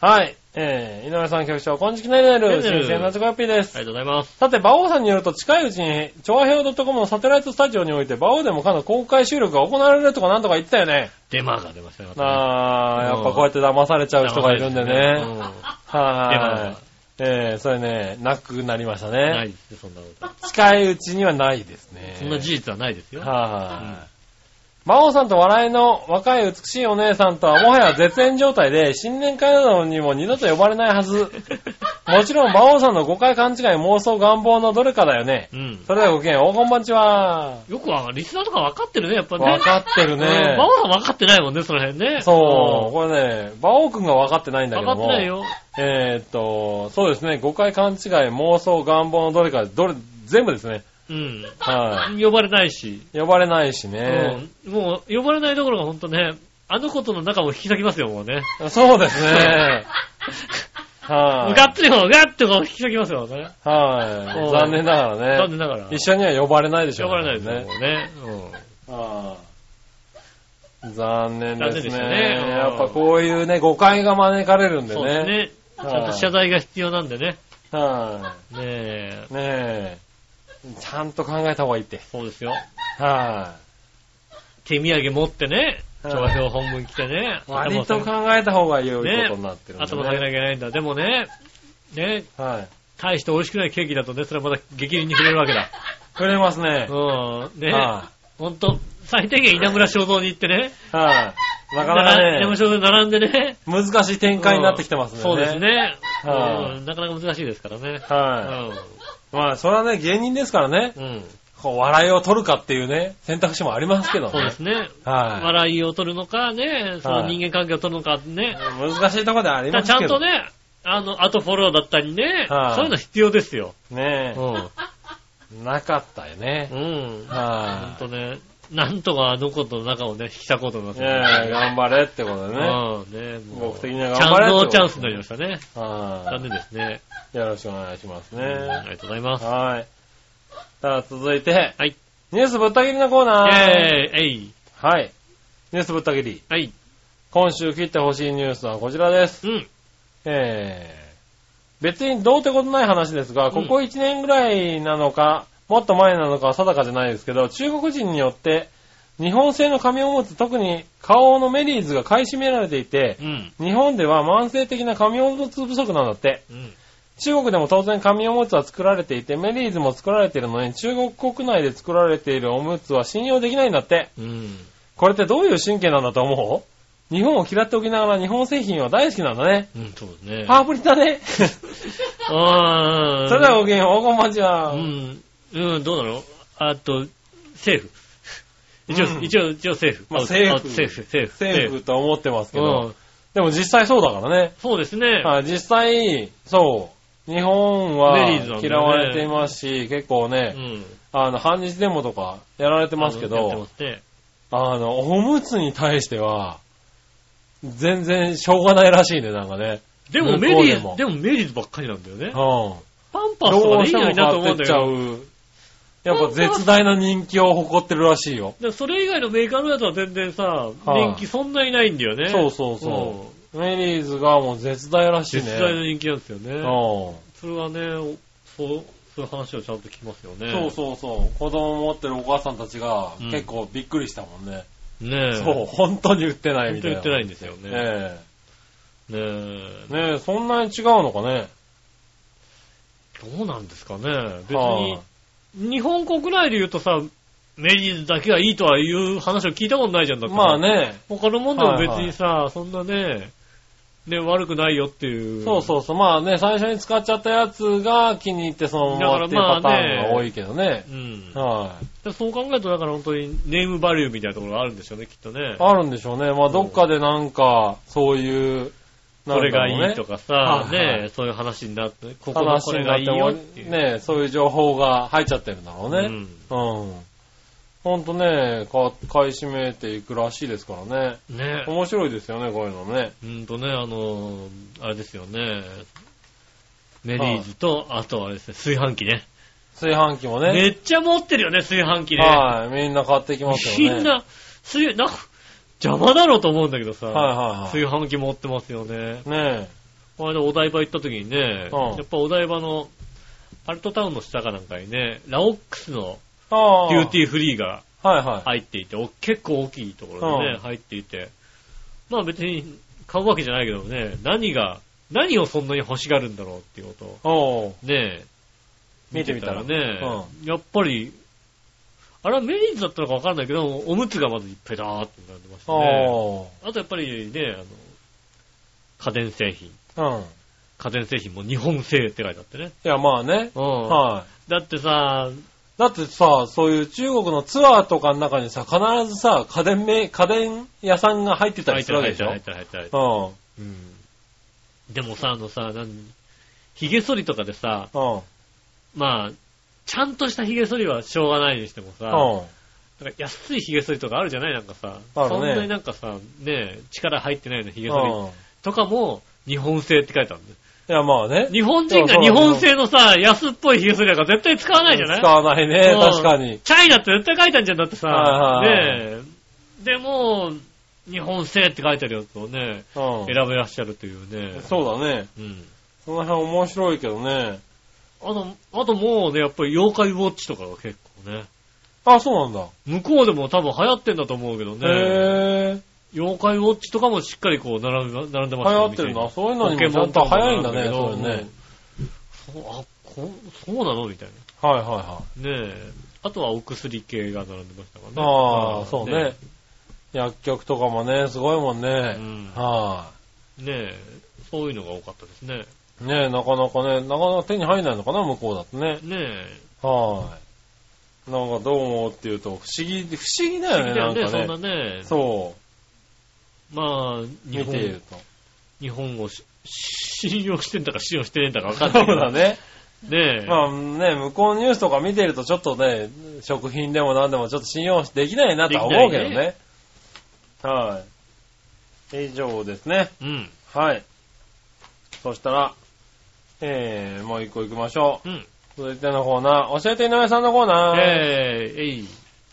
C: はい。えー、井上さん局長、こんにちは、ねるね
B: ねる
C: る。
B: ねる
C: 新鮮なチョコヨッピーです
B: あ。りがとうございます。
C: さて、馬王さんによると近いうちに、調和表 .com のサテライトスタジオにおいて、馬王でもかの公開収録が行われるとかなんとか言ってたよね。
B: デマが出ましたよ。
C: あー、やっぱこうやって騙されちゃう人がいるんで
B: う
C: ね。
B: んデマ
C: は
B: が
C: い。えー、それね、なくなりました
B: な
C: ね。
B: いですよ、そんなこと。
C: 近いうちにはないですね。
B: そんな事実はないですよ。
C: はい。魔王さんと笑いの若い美しいお姉さんとはもはや絶縁状態で、新年会などにも二度と呼ばれないはず。もちろん魔王さんの誤解勘違い妄想願望のどれかだよね。
B: うん。
C: それではごきげんよう、おこんばんちは。
B: よくわかリスナーとかわかってるね、やっぱね。
C: わかってるね
B: バ。オさんわかってないもんね、その辺ね。
C: そう、これね、馬王くんが分かってないんだ
B: 分
C: け
B: か
C: ど
B: って
C: も。
B: ないよ。
C: えーっと、そうですね、誤解勘違い妄想願望のどれか、どれ、全部ですね。
B: うん。
C: は
B: 呼ばれないし。
C: い。呼ばれないしね。
B: うんもう、呼ばれないどころがほんとね、あの子との仲も引き裂きますよ、もうね。
C: そうですね。 はい、
B: もうガッツリもうガッてこう引き裂きますよ、ね。
C: はい。残念ながら
B: 残
C: ね。
B: 念ながら。
C: 一緒には呼ばれないでしょ
B: 呼
C: う
B: ばれないですよ、
C: ね。
B: もうね。うん
C: はい残念で
B: 残念で
C: す
B: し
C: ね。
B: たねうん
C: やっぱこういうね、誤解が招かれるんで
B: そうです
C: ね。
B: ね。ちゃんと謝罪が必要なんでね。
C: は
B: ねえ。
C: い。ねえ。ちゃんと考えた方がいいって。
B: そうですよ。
C: は
B: 手土産持ってね、
C: うん
B: 調和表本部に来てね。
C: い。割と考えた方が良いことになってるんで
B: 頭下げなきゃいけないんだ。でもね、ね、
C: はい。
B: 大して美味しくないケーキだとね、それはまた激凛に触れるわけだ。
C: くれますね。
B: うん。ね、
C: は
B: ほんと、最低限稲村正蔵に行ってね、
C: い。はい。なかなか
B: 稲村
C: ね、
B: 正蔵に並んでね、
C: 難しい展開になってきてますね。
B: そうです。ね、
C: はい
B: うん。なかなか難しいですからね。
C: は
B: う
C: い。まあ、それはね、芸人ですからね。
B: ん。うん。
C: こう笑いを取るかっていうね、選択肢もありますけどね。
B: そうですね。
C: はい。
B: 笑いを取るのかね、その人間関係を取るのかね。
C: 難しいところではあり
B: だから
C: ます
B: ちゃ
C: け
B: ん
C: ど。
B: とね、あの、後フォローだったりね、
C: はい
B: そういうの必要ですよ。
C: ね
B: うん。うん。
C: えなかったよね。
B: ほん
C: は
B: とね、なんとかあの子との仲をね、引き裂こうと思いま
C: い。
B: す
C: ね
B: よ
C: え頑張れってことでね。
B: うん、ねもう。
C: 僕的には頑張
B: チャン
C: れって
B: ノ
C: こ
B: ー
C: と
B: チャンスになりましたね。残
C: は
B: 念ですね。
C: い。よろしくお願いします
B: うんあ
C: ね。
B: りがとうございます。
C: はい。さあ、続いて、
B: はい。
C: ニュースぶった切りのコーナー。
B: えー、えい、
C: はい。ニュースぶった切り。
B: はい、
C: 今週切ってほしいニュースはこちらです。
B: うん、
C: えー、別にどうってことない話ですが、ここ1年ぐらいなのか、もっと前なのかは定かじゃないですけど、中国人によって、日本製の髪を持つ特に顔のメリーズが買い占められていて
B: う、ん、
C: 日本では慢性的な髪を持つ不足なんだって。
B: うん、
C: 中国でも当然紙おむつは作られていて、メリーズも作られているのに、中国国内で作られているおむつは信用できないんだって。
B: うん。
C: これってどういう神経なんだと思う日本を嫌っておきながら日本製品は大好きなんだね。
B: うん、そうですね。
C: パープリ だね。
B: あー
C: それではごきげんよう、黄金町は。
B: うん、うん、どうなのあと、政府。一応、
C: うん
B: 一応、一応政府。
C: まあ政府
B: 政府、政府。
C: セーフと思ってますけ
B: う
C: ど、
B: ん。
C: でも実際そうだからね。
B: そうですね。
C: あ実際、そう。日本
B: メリーズなんだ
C: は
B: ね
C: 嫌われていますし、結構
B: う
C: ね、
B: ん。
C: あの、反日デモとかやられてますけ
B: あのやって
C: ど
B: ま、すね。
C: あの、おむつに対しては、全然しょうがないらしいね、なんかね。
B: でも
C: 向こうで
B: メ
C: も
B: リーズ、でもメリーズばっかりなんだよ
C: うん
B: ね。。パンパスと
C: ど
B: かで
C: う
B: い
C: し
B: い
C: て
B: の
C: も
B: になと思う
C: 買っ
B: ん
C: て
B: だけ
C: っちゃ
B: ど。
C: う。やっぱ絶大な人気を誇ってるらしいよ。
B: でそれ以外のメーカーのやつは全然さ、
C: い
B: 人気そんなにないんだよね。
C: そうそうそう。メリーズがもう絶大らしいね。
B: 実際の人気なんですよね。
C: う
B: それはね、おそう、そういう話をちゃんと聞きますよね。
C: そうそうそう。子供持ってるお母さんたちが
B: うん
C: 結構びっくりしたもんね。
B: う。ねえ。
C: そう、本当に売ってない
B: 本
C: み
B: 当
C: た
B: に
C: いな。。
B: 言ってないいんですよね。ね
C: ええ。
B: え。
C: ねえ、そんなに違うのかね。
B: どうなんですかね。別
C: は
B: に、日本国内で言うとさ、メリーズだけがいいとはいう話を聞いたことないじゃんだ
C: い
B: って。
C: まあ。ね、
B: 他のもんでも別にさ、そんなね、ね、悪くないよっていう。
C: そう
B: う。
C: そうそう。まあね、最初に使っちゃったやつが気に入ってそのままってい
B: だ
C: う
B: からまあ
C: パ
B: ね
C: ターンが多いけどね。
B: うん。
C: はい、
B: そう考えると、だから本当にネームバリューみたいなところがあるんでしょうね、きっとね。
C: あるんでしょうね。まあどっかでなんか、そういう、
B: これがいい
C: か
B: とか
C: は
B: さ、
C: いはい
B: ね、そういう話になって、ここの
C: 話
B: こ
C: に
B: れ
C: な
B: が
C: っ
B: いい
C: て
B: よ
C: も
B: っていう。
C: ね、そういう情報が入っちゃってるんだろう
B: う
C: ね。
B: ん
C: うん。ほんとね、か買い占めていくらしいですからね。
B: ね。
C: 面白いですよね、こういうのね。
B: うんとね、あの、あれですよね。メリーズと、あとはあれですね、炊飯器ね。
C: 炊飯器も
B: め
C: ね。
B: っちゃ持ってるよね、炊飯器ね。
C: はい、みんな買ってきます
B: み
C: よね。
B: んな、炊、なんか、邪魔だろうと思うんだけどさ、
C: はいはい
B: 炊飯器持ってますよね。
C: はい。ね
B: この間お台場行った時にね、
C: う
B: や
C: ん
B: っぱお台場の、パルトタウンの下かなんかにね、ラオックスの
C: え。ああ。
B: ビューテ
C: ィ
B: ィーフリーが
C: ー。はいはい。
B: 入っていて、お結構大きいところでね、
C: うん
B: 入っていて、まあ別に買うわけじゃないけどね、何が、何をそんなに欲しがるんだろうっていうことを
C: おう
B: ねえ、
C: 見てみたら
B: 見てたらね、やっぱり、あれはメリーズだったのかわかんないけど、おむつがまずいっぱいだーってなってましたね。
C: おう
B: あとやっぱりね、あの、家電製品。
C: うん。い
B: 家電製品も日本製って書いてあってね。
C: や、まあね。
B: うん。
C: はい。
B: だってさ、
C: だってさ、そういう中国のツアーとかの中にさ、必ずさ、家電め、家電屋さんが入ってた
B: 入
C: り
B: っ
C: す
B: て
C: る
B: る
C: わ
B: 入っ
C: けで
B: て
C: し
B: る
C: ょ
B: 入ってる入ってる入ってる。
C: うん。
B: うん。でもさ、あのさ、何髭剃りとかでさ、
C: うん。
B: まあ、ちゃんとした髭剃りはしょうがないにしてもさ、
C: うん。
B: なんか安い髭剃りとかあるじゃないなんかさ、
C: あるね
B: そんなになんかさ、ねえ、力入ってないような髭剃り
C: うん。
B: とかも、日本製って書いてあるんだよ。
C: いや、まあね。
B: 日本人が日本製のさ、安っぽい髭剃りなんか絶対使わないじゃない
C: 使わないね、
B: うん
C: 確かに。
B: チャイナって絶対書いてあるじゃん、だってさ。
C: はいはい
B: ねえ。でも、日本製って書いてあるやつをね、
C: うん
B: 選べらっしゃるというね。
C: そうだね。
B: うん。
C: その辺面白いけどね。
B: あと、あともうね、やっぱり妖怪ウォッチとかが結構ね。
C: あ、そうなんだ。
B: 向こうでも多分流行ってんだと思うけどね。
C: へぇ
B: 妖怪ウォッチとかもしっかりこう並んで並んで
C: 流
B: ました
C: 行ってるな。そういうのにもちゃんと流行いんだね、そういうのね。。
B: 店にうんそうあこそうなのみたいな。
C: はいはいは
B: ねえ。あとはお薬系が並んでましたからね
C: い。。ああ、そうね。。薬局とかもね、すごいも
B: う
C: んね。
B: ん
C: は
B: ねえ、そういうのが多かったですね。
C: い。ねなかなかね、なかなか手に入らないのかな、向こうだとね。
B: ねえ。
C: はい。なんかどうもっていうと、不思議、不思議だよね、
B: だ
C: な
B: よ
C: ん
B: ね、そん
C: か
B: な
C: ね。
B: ね。
C: そ
B: まあ、
C: う。
B: 日
C: 見ている
B: 本、
C: と。
B: 日本をし信用してんだか信用してねえんだかわ
C: そ
B: か
C: うん
B: ないけど。
C: だね。
B: ねえ。
C: まあね、向こうのニュースとか見てるとちょっとね、食品でも何でもちょっと信用できないなとは思うけど
B: でき
C: ね。
B: ない
C: はい。以上ですね。
B: うん。
C: はい。そしたら、えー、もう一個行きましょ
B: うん。
C: う。続いてのコーナー、教えて井上さんのコーナー。
B: えー、えい。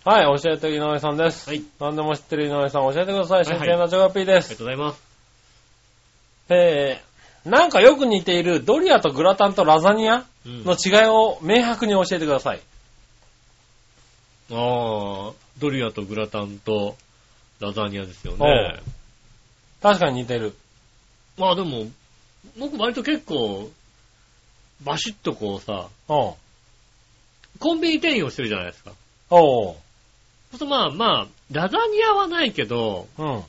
C: はい、教えて井上さんです。
B: はい。
C: 何でも知ってる井上さん教えてください。
B: いはい
C: 新鮮なジョガピーで
B: ありが
C: す。
B: とうございます。
C: えー、なんかよく似ているドリアとグラタンとラザニア
B: うん。
C: の違いを明白に教えてください。
B: ああ、ドリアとグラタンとラザニアですよ
C: お
B: ね
C: う。確かに似てる。
B: まあでも、僕割と結構、バシッとこうさ、
C: うん。
B: コンビニ店員をしてるじゃないですか。
C: おう。
B: そうするとまあまあ、ラザニアはないけど、
C: うん。はい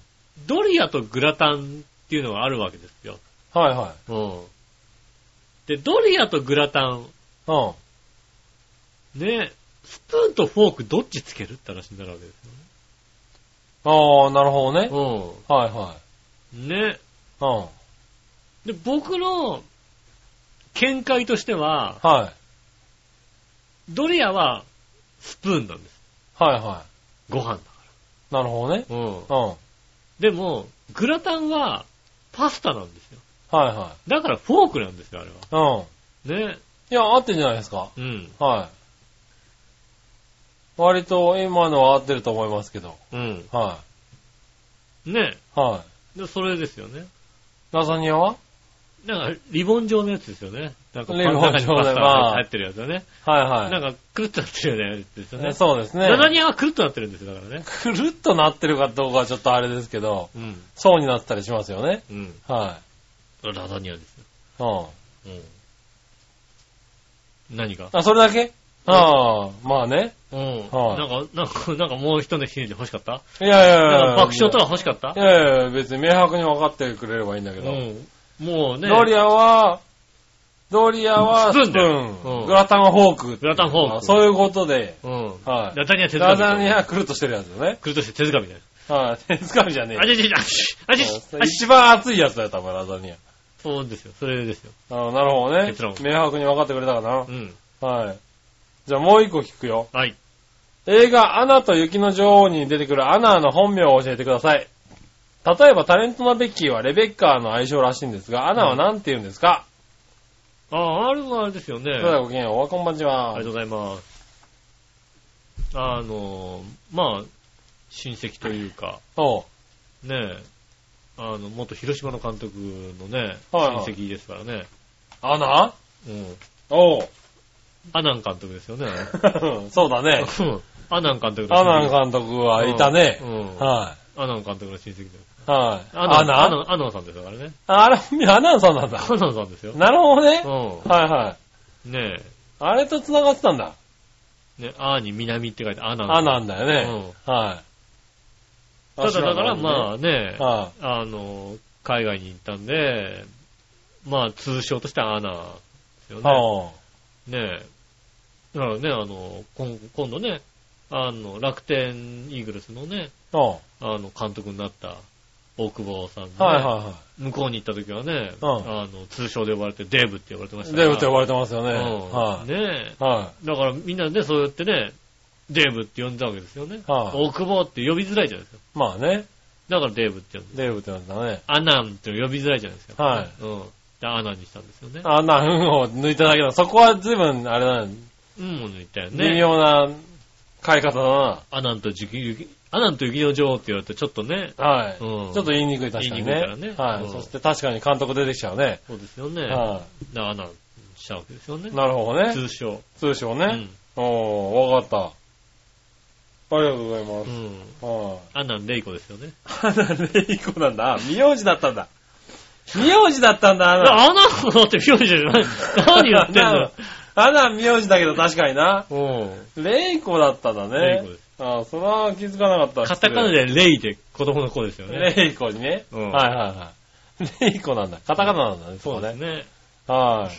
B: ドリアとグラタンっていうのがあるわけですよ。
C: はい。
B: うん。で、ドリアとグラタン、
C: うん。
B: ね、スプーンとフォークどっちつけるって話になるわけです
C: ああ、なるほどね。
B: よ。
C: はいは
B: うん。ね。
C: い。うん。
B: で、僕の見解としては、
C: はい。
B: ドリアはスプーンなんです。
C: はいは
B: ご飯だか
C: い。なるほどね。
B: ら。うん。
C: うん。はい
B: でも、グラタンはパスタなんですよ。
C: は
B: だからフォークなんですよ、あれ
C: い。うん。
B: は。ね。
C: いや、合ってんじゃないですか。
B: うん。
C: はい。割と今のは合ってると思いますけど。
B: うん。
C: は
B: ね。
C: い。は
B: でそれですよね。
C: い。ラザニアは
B: なんか、リボン状のやつですよね。なんか、
C: リボン状で
B: パスタ
C: ま
B: が
C: あ
B: 入ってるやつだね。
C: はい
B: な
C: は
B: んか、くるっとなってるようなやつですよ
C: い。ね
B: ね。
C: そうですね。
B: ラザニアはくるっとなってるんですよ、だからね。
C: くるっとなってるかどうかはちょっとあれですけど、
B: うん。
C: そうになってたりしますよね。
B: うん。
C: は
B: ラザニアですよ。
C: い。うん。
B: うん。何が
C: あ、それだけああ、まあね。
B: うん。
C: はい
B: なんか、なんか、なんかもう一ネひねり欲しかった
C: いやいやいや
B: なんか
C: いや。
B: 爆笑とは欲しかった
C: いやいやいや、別に明白に分かってくれればいいんだけ
B: う
C: ど。
B: ん。もうね、
C: ドリアは、ドリアは
B: スプーン
C: スプ
B: だよ
C: ー
B: うん
C: ン。グラタンはフォーク。
B: グラタンフォーク
C: そういうことで、
B: うん。
C: はい
B: ラザニア手づか
C: ラ
B: み。
C: ザニアはくるっとしてるやつだね。
B: くるっとして手づかみだよ。
C: はい。手掴みじゃねえ
B: あちちちあちあち
C: そう
B: あち
C: 一番熱いやつだよ、多分、ラザニア。
B: そうですよ。それですよ。
C: あなるほどね
B: 結論。
C: 明白に分かってくれたかな
B: う。ん。
C: はい。じゃあもう一個聞くよ。
B: はい。
C: 映画、アナと雪の女王に出てくるアナの本名を教えてください。例えば、タレントのベッキーはレベッカーの愛称らしいんですが、アナは何て言うんですか、
B: ああ、あるはあれですよね。
C: それではごきげんよう。こんばんち
B: あり
C: は
B: が。とうございます。あの、まあ、親戚というか、
C: おう
B: ねえ、あの、元広島の監督のね、
C: はいはい
B: 親戚ですからね。
C: アナ
B: うん。
C: お う
B: アナン監督ですよ ね。
C: そうだね。
B: うんアナン監督の
C: ア
B: 親戚
C: ナン監督はいたね
B: う。ん。
C: は
B: アナン監督の親戚だよ。
C: い。はい。
B: アナン
C: アナ
B: アナンアナンさんですからね。
C: あれ、アナンさんなんだ。
B: アナンさんですよ。
C: なるほどね。
B: う
C: はいはい。
B: ん。ね
C: あれと繋がってたんだ。
B: え、ね、アーに南って書いてアナン
C: アナンだよね。
B: う
C: はい。
B: ん。ただだからま
C: あ
B: あね
C: 知、らないね、
B: あの、海外に行ったんで、まあ通称としてはアナですよね。
C: はい。
B: ねえ。だからね、あの、今今度ね、あの、楽天イーグルスのね、
C: うん。うん。
B: あの、監督になった大久保さん、ね
C: はいはいはい。
B: 向こうに行った時はね、
C: うん
B: あの、通称で呼ばれてデーブって呼ばれてましたか
C: デ
B: ら
C: ブって呼ばれてますよね。
B: うん
C: はい。
B: ね
C: は
B: え。だからみんなね、そうやってね、デーブって呼んだわけですよね。
C: い。はい。
B: 大久保って呼びづらいじゃないですか。
C: まあね、
B: だからデーブって呼んで。
C: デブって呼んだね。
B: アナンって呼びづらいじゃないですか。
C: はい。
B: うん。で、アナンにしたんですよね。
C: あんな、うんを抜いただけだ。そこは随分、あれだね、
B: うん、もう言ったよ
C: 微
B: ね。
C: 妙な変え方だ
B: アナンと雪、雪アナンと雪の女王って言われてちょっとね、
C: な。はい。ち
B: う
C: ょ
B: ん
C: っと言いにくい、確かにね。
B: 言いにくいからね
C: は
B: うん
C: い。そして確かに監督出てきちゃうね。
B: そうですよね。
C: は
B: でアナンしちゃうわけですよね
C: い。。なるほどね。
B: 通称。
C: 通称
B: う
C: ね
B: ん。。
C: おー、わかった。ありがとうございうます。
B: ん。
C: はい。
B: アナンレイコですよね。
C: アナレイコなんだ。名字だったんだ。名字だったんだ、アナ。
B: アナンだって名字じゃ ない。何言ってんだよ。
C: アナ、名字だけど確かにな。
B: うん。
C: レイコだったんだね。
B: レイコです。
C: ああ、それは気づかなかった。
B: カタカナでレイで子供の子ですよ
C: 失
B: ね。
C: 礼。レイコにね。
B: うん
C: はいはいはい。レイコなんだ。カタカナなんだね、
B: そうです
C: ね。
B: ね。
C: は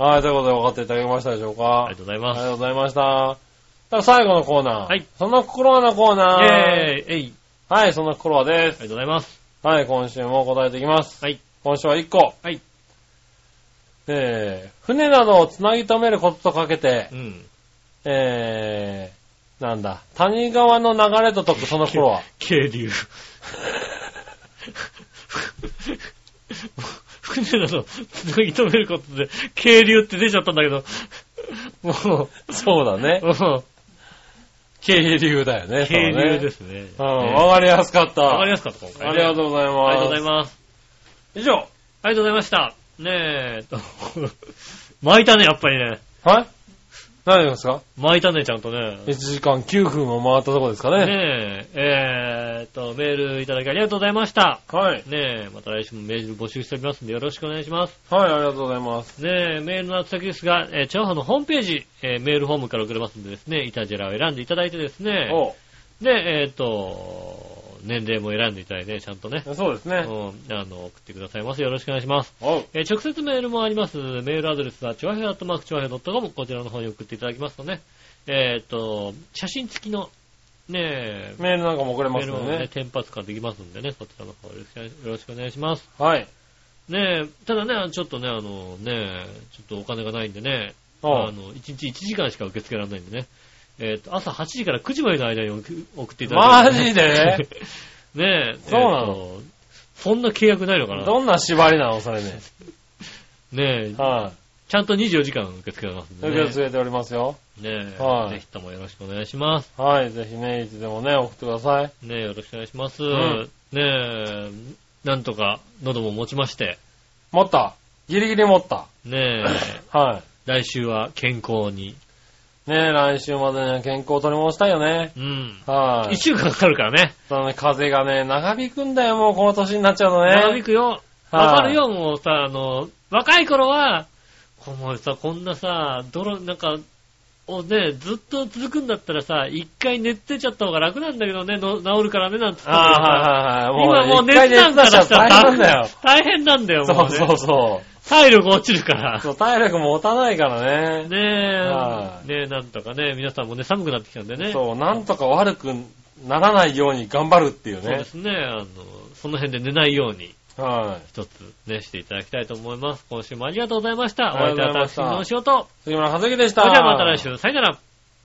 C: い。はい、ということで分かっていただけましたでしょうか。
B: ありがとうございま
C: ありが
B: す。
C: とうございました。さあ最後のコーナー。
B: はい。
C: その心はの
B: イ
C: コー
B: ェー
C: ナー。
B: イえい
C: はい、その心はで
B: あり
C: す。
B: がとうございます。
C: はい、今週も答えていきます。
B: はい。
C: 今週は1個。
B: はい。
C: えー、船などをつなぎ止めることとかけて
B: う、ん。
C: えー、なんだ、谷川の流れと解くその 頃は。
B: 渓流。船など、つなぎ止めることで、渓流って出ちゃったんだけど、も
C: そうだ ね。
B: う、もう
C: 渓流だよね。。
B: 渓流ですすね。
C: うん、
B: ね
C: わかりやすかった。
B: わかり
C: あ
B: やすかった、今回ね
C: りがとうございます。
B: ありがとうございます。
C: 以上。
B: ありがとうございました。ねえ、と 巻いたね、やっぱりね。
C: はい何ですか
B: 巻いたね、ちゃんとね。
C: ?1 時間9分を回ったとこですかね。
B: ねえ、えーっと、メールいただきありがとうございました。
C: はい。
B: ねえ、また来週もメール募集しておりますんでよろしくお願いします。
C: はい、ありがとうございます。
B: ねえ、メールの宛先ですが、えー、チャオハのホームページ、えーメールフォームから送れますんでですね、イタジェラを選んでいただいてですね、
C: お
B: で、えーっと、年齢も選んでいただいて、ちゃんとね、
C: そうです
B: うん、
C: ね。
B: あの、送ってくださいます。よろしくお願いします。
C: おう。
B: えー直接メールもあります。メールアドレスは、ちょわへアットマークちょわへ .com、こちらの方に送っていただきますとね、えーっと、写真付きの、ねえ、
C: メールなんかも送れま
B: メー
C: す
B: ル
C: よ
B: もね、
C: ね。
B: テンパス化できますんでね、そちらの方よろしくよろしくお願いします。
C: はい。
B: ねえ、ただね、あのちょっとね、あのね、ちょっとお金がないんでね、
C: お
B: あ
C: う。
B: の、1日1時間しか受け付けられないんでね、えっ、と、朝8時から9時までの間に送送っていただ
C: マ
B: いて、
C: ジで
B: ねえ、
C: そうなの
B: えーとそんな契約ないのかな
C: どんな縛りなのそれね。
B: ねえ、
C: は
B: ちゃんと24時間受け付けられますん
C: い。
B: で
C: そ
B: ね。
C: れで続いておりますよ。
B: ねえ、
C: はい
B: ぜひともよろしくお願いします。
C: はい、ぜひね、いつでもね、送ってください。
B: ねえ、よろしくお願いします。
C: ん
B: ねえ、なんとか喉も持ちまして、
C: 持った。ギリギリ持った。
B: ねえ、
C: は
B: 来週は健康に。
C: い。ねえ、来週までね、健康を取り戻したいよね。
B: うん。
C: は
B: 一
C: い。
B: 週間かかるからね。
C: ただね、風邪がね、長引くんだよ、もうこの年になっちゃうのね。
B: 長引くよ。
C: はい
B: わかるよ、もうさ、あの、若い頃は、このさ、こんなさ、泥、なんか、をね、ずっと続くんだったらさ、一回寝てちゃった方が楽なんだけどね、の治るからね、なんつって。
C: ああ、はいは
B: 今
C: いはい。
B: もう
C: ね
B: 寝
C: 一回
B: てたん
C: 出
B: だ
C: し
B: か
C: た
B: らさ、
C: ら大変だよ。
B: 大変なんだよ、
C: そ
B: もう、
C: う
B: ね。
C: そうそ
B: 体力落ちるから
C: う。。そう体力も持たないからね。
B: ね
C: は
B: え、ねえ、なんとかね、皆さんもね、寒くなってきたんでね。
C: そう、なんとか悪くならないように頑張るっていう
B: そうで
C: ね。
B: すね、あの、その辺で寝ないように。
C: は
B: 一つね、していただきたいと思います。今週もありがとうございました。お
C: あ
B: 相
C: り
B: 手
C: がとうござい
B: は
C: まし
B: 私
C: た
B: の仕事。
C: い。杉村和樹でし
B: そ
C: た。
B: れではまた来週、さよなら。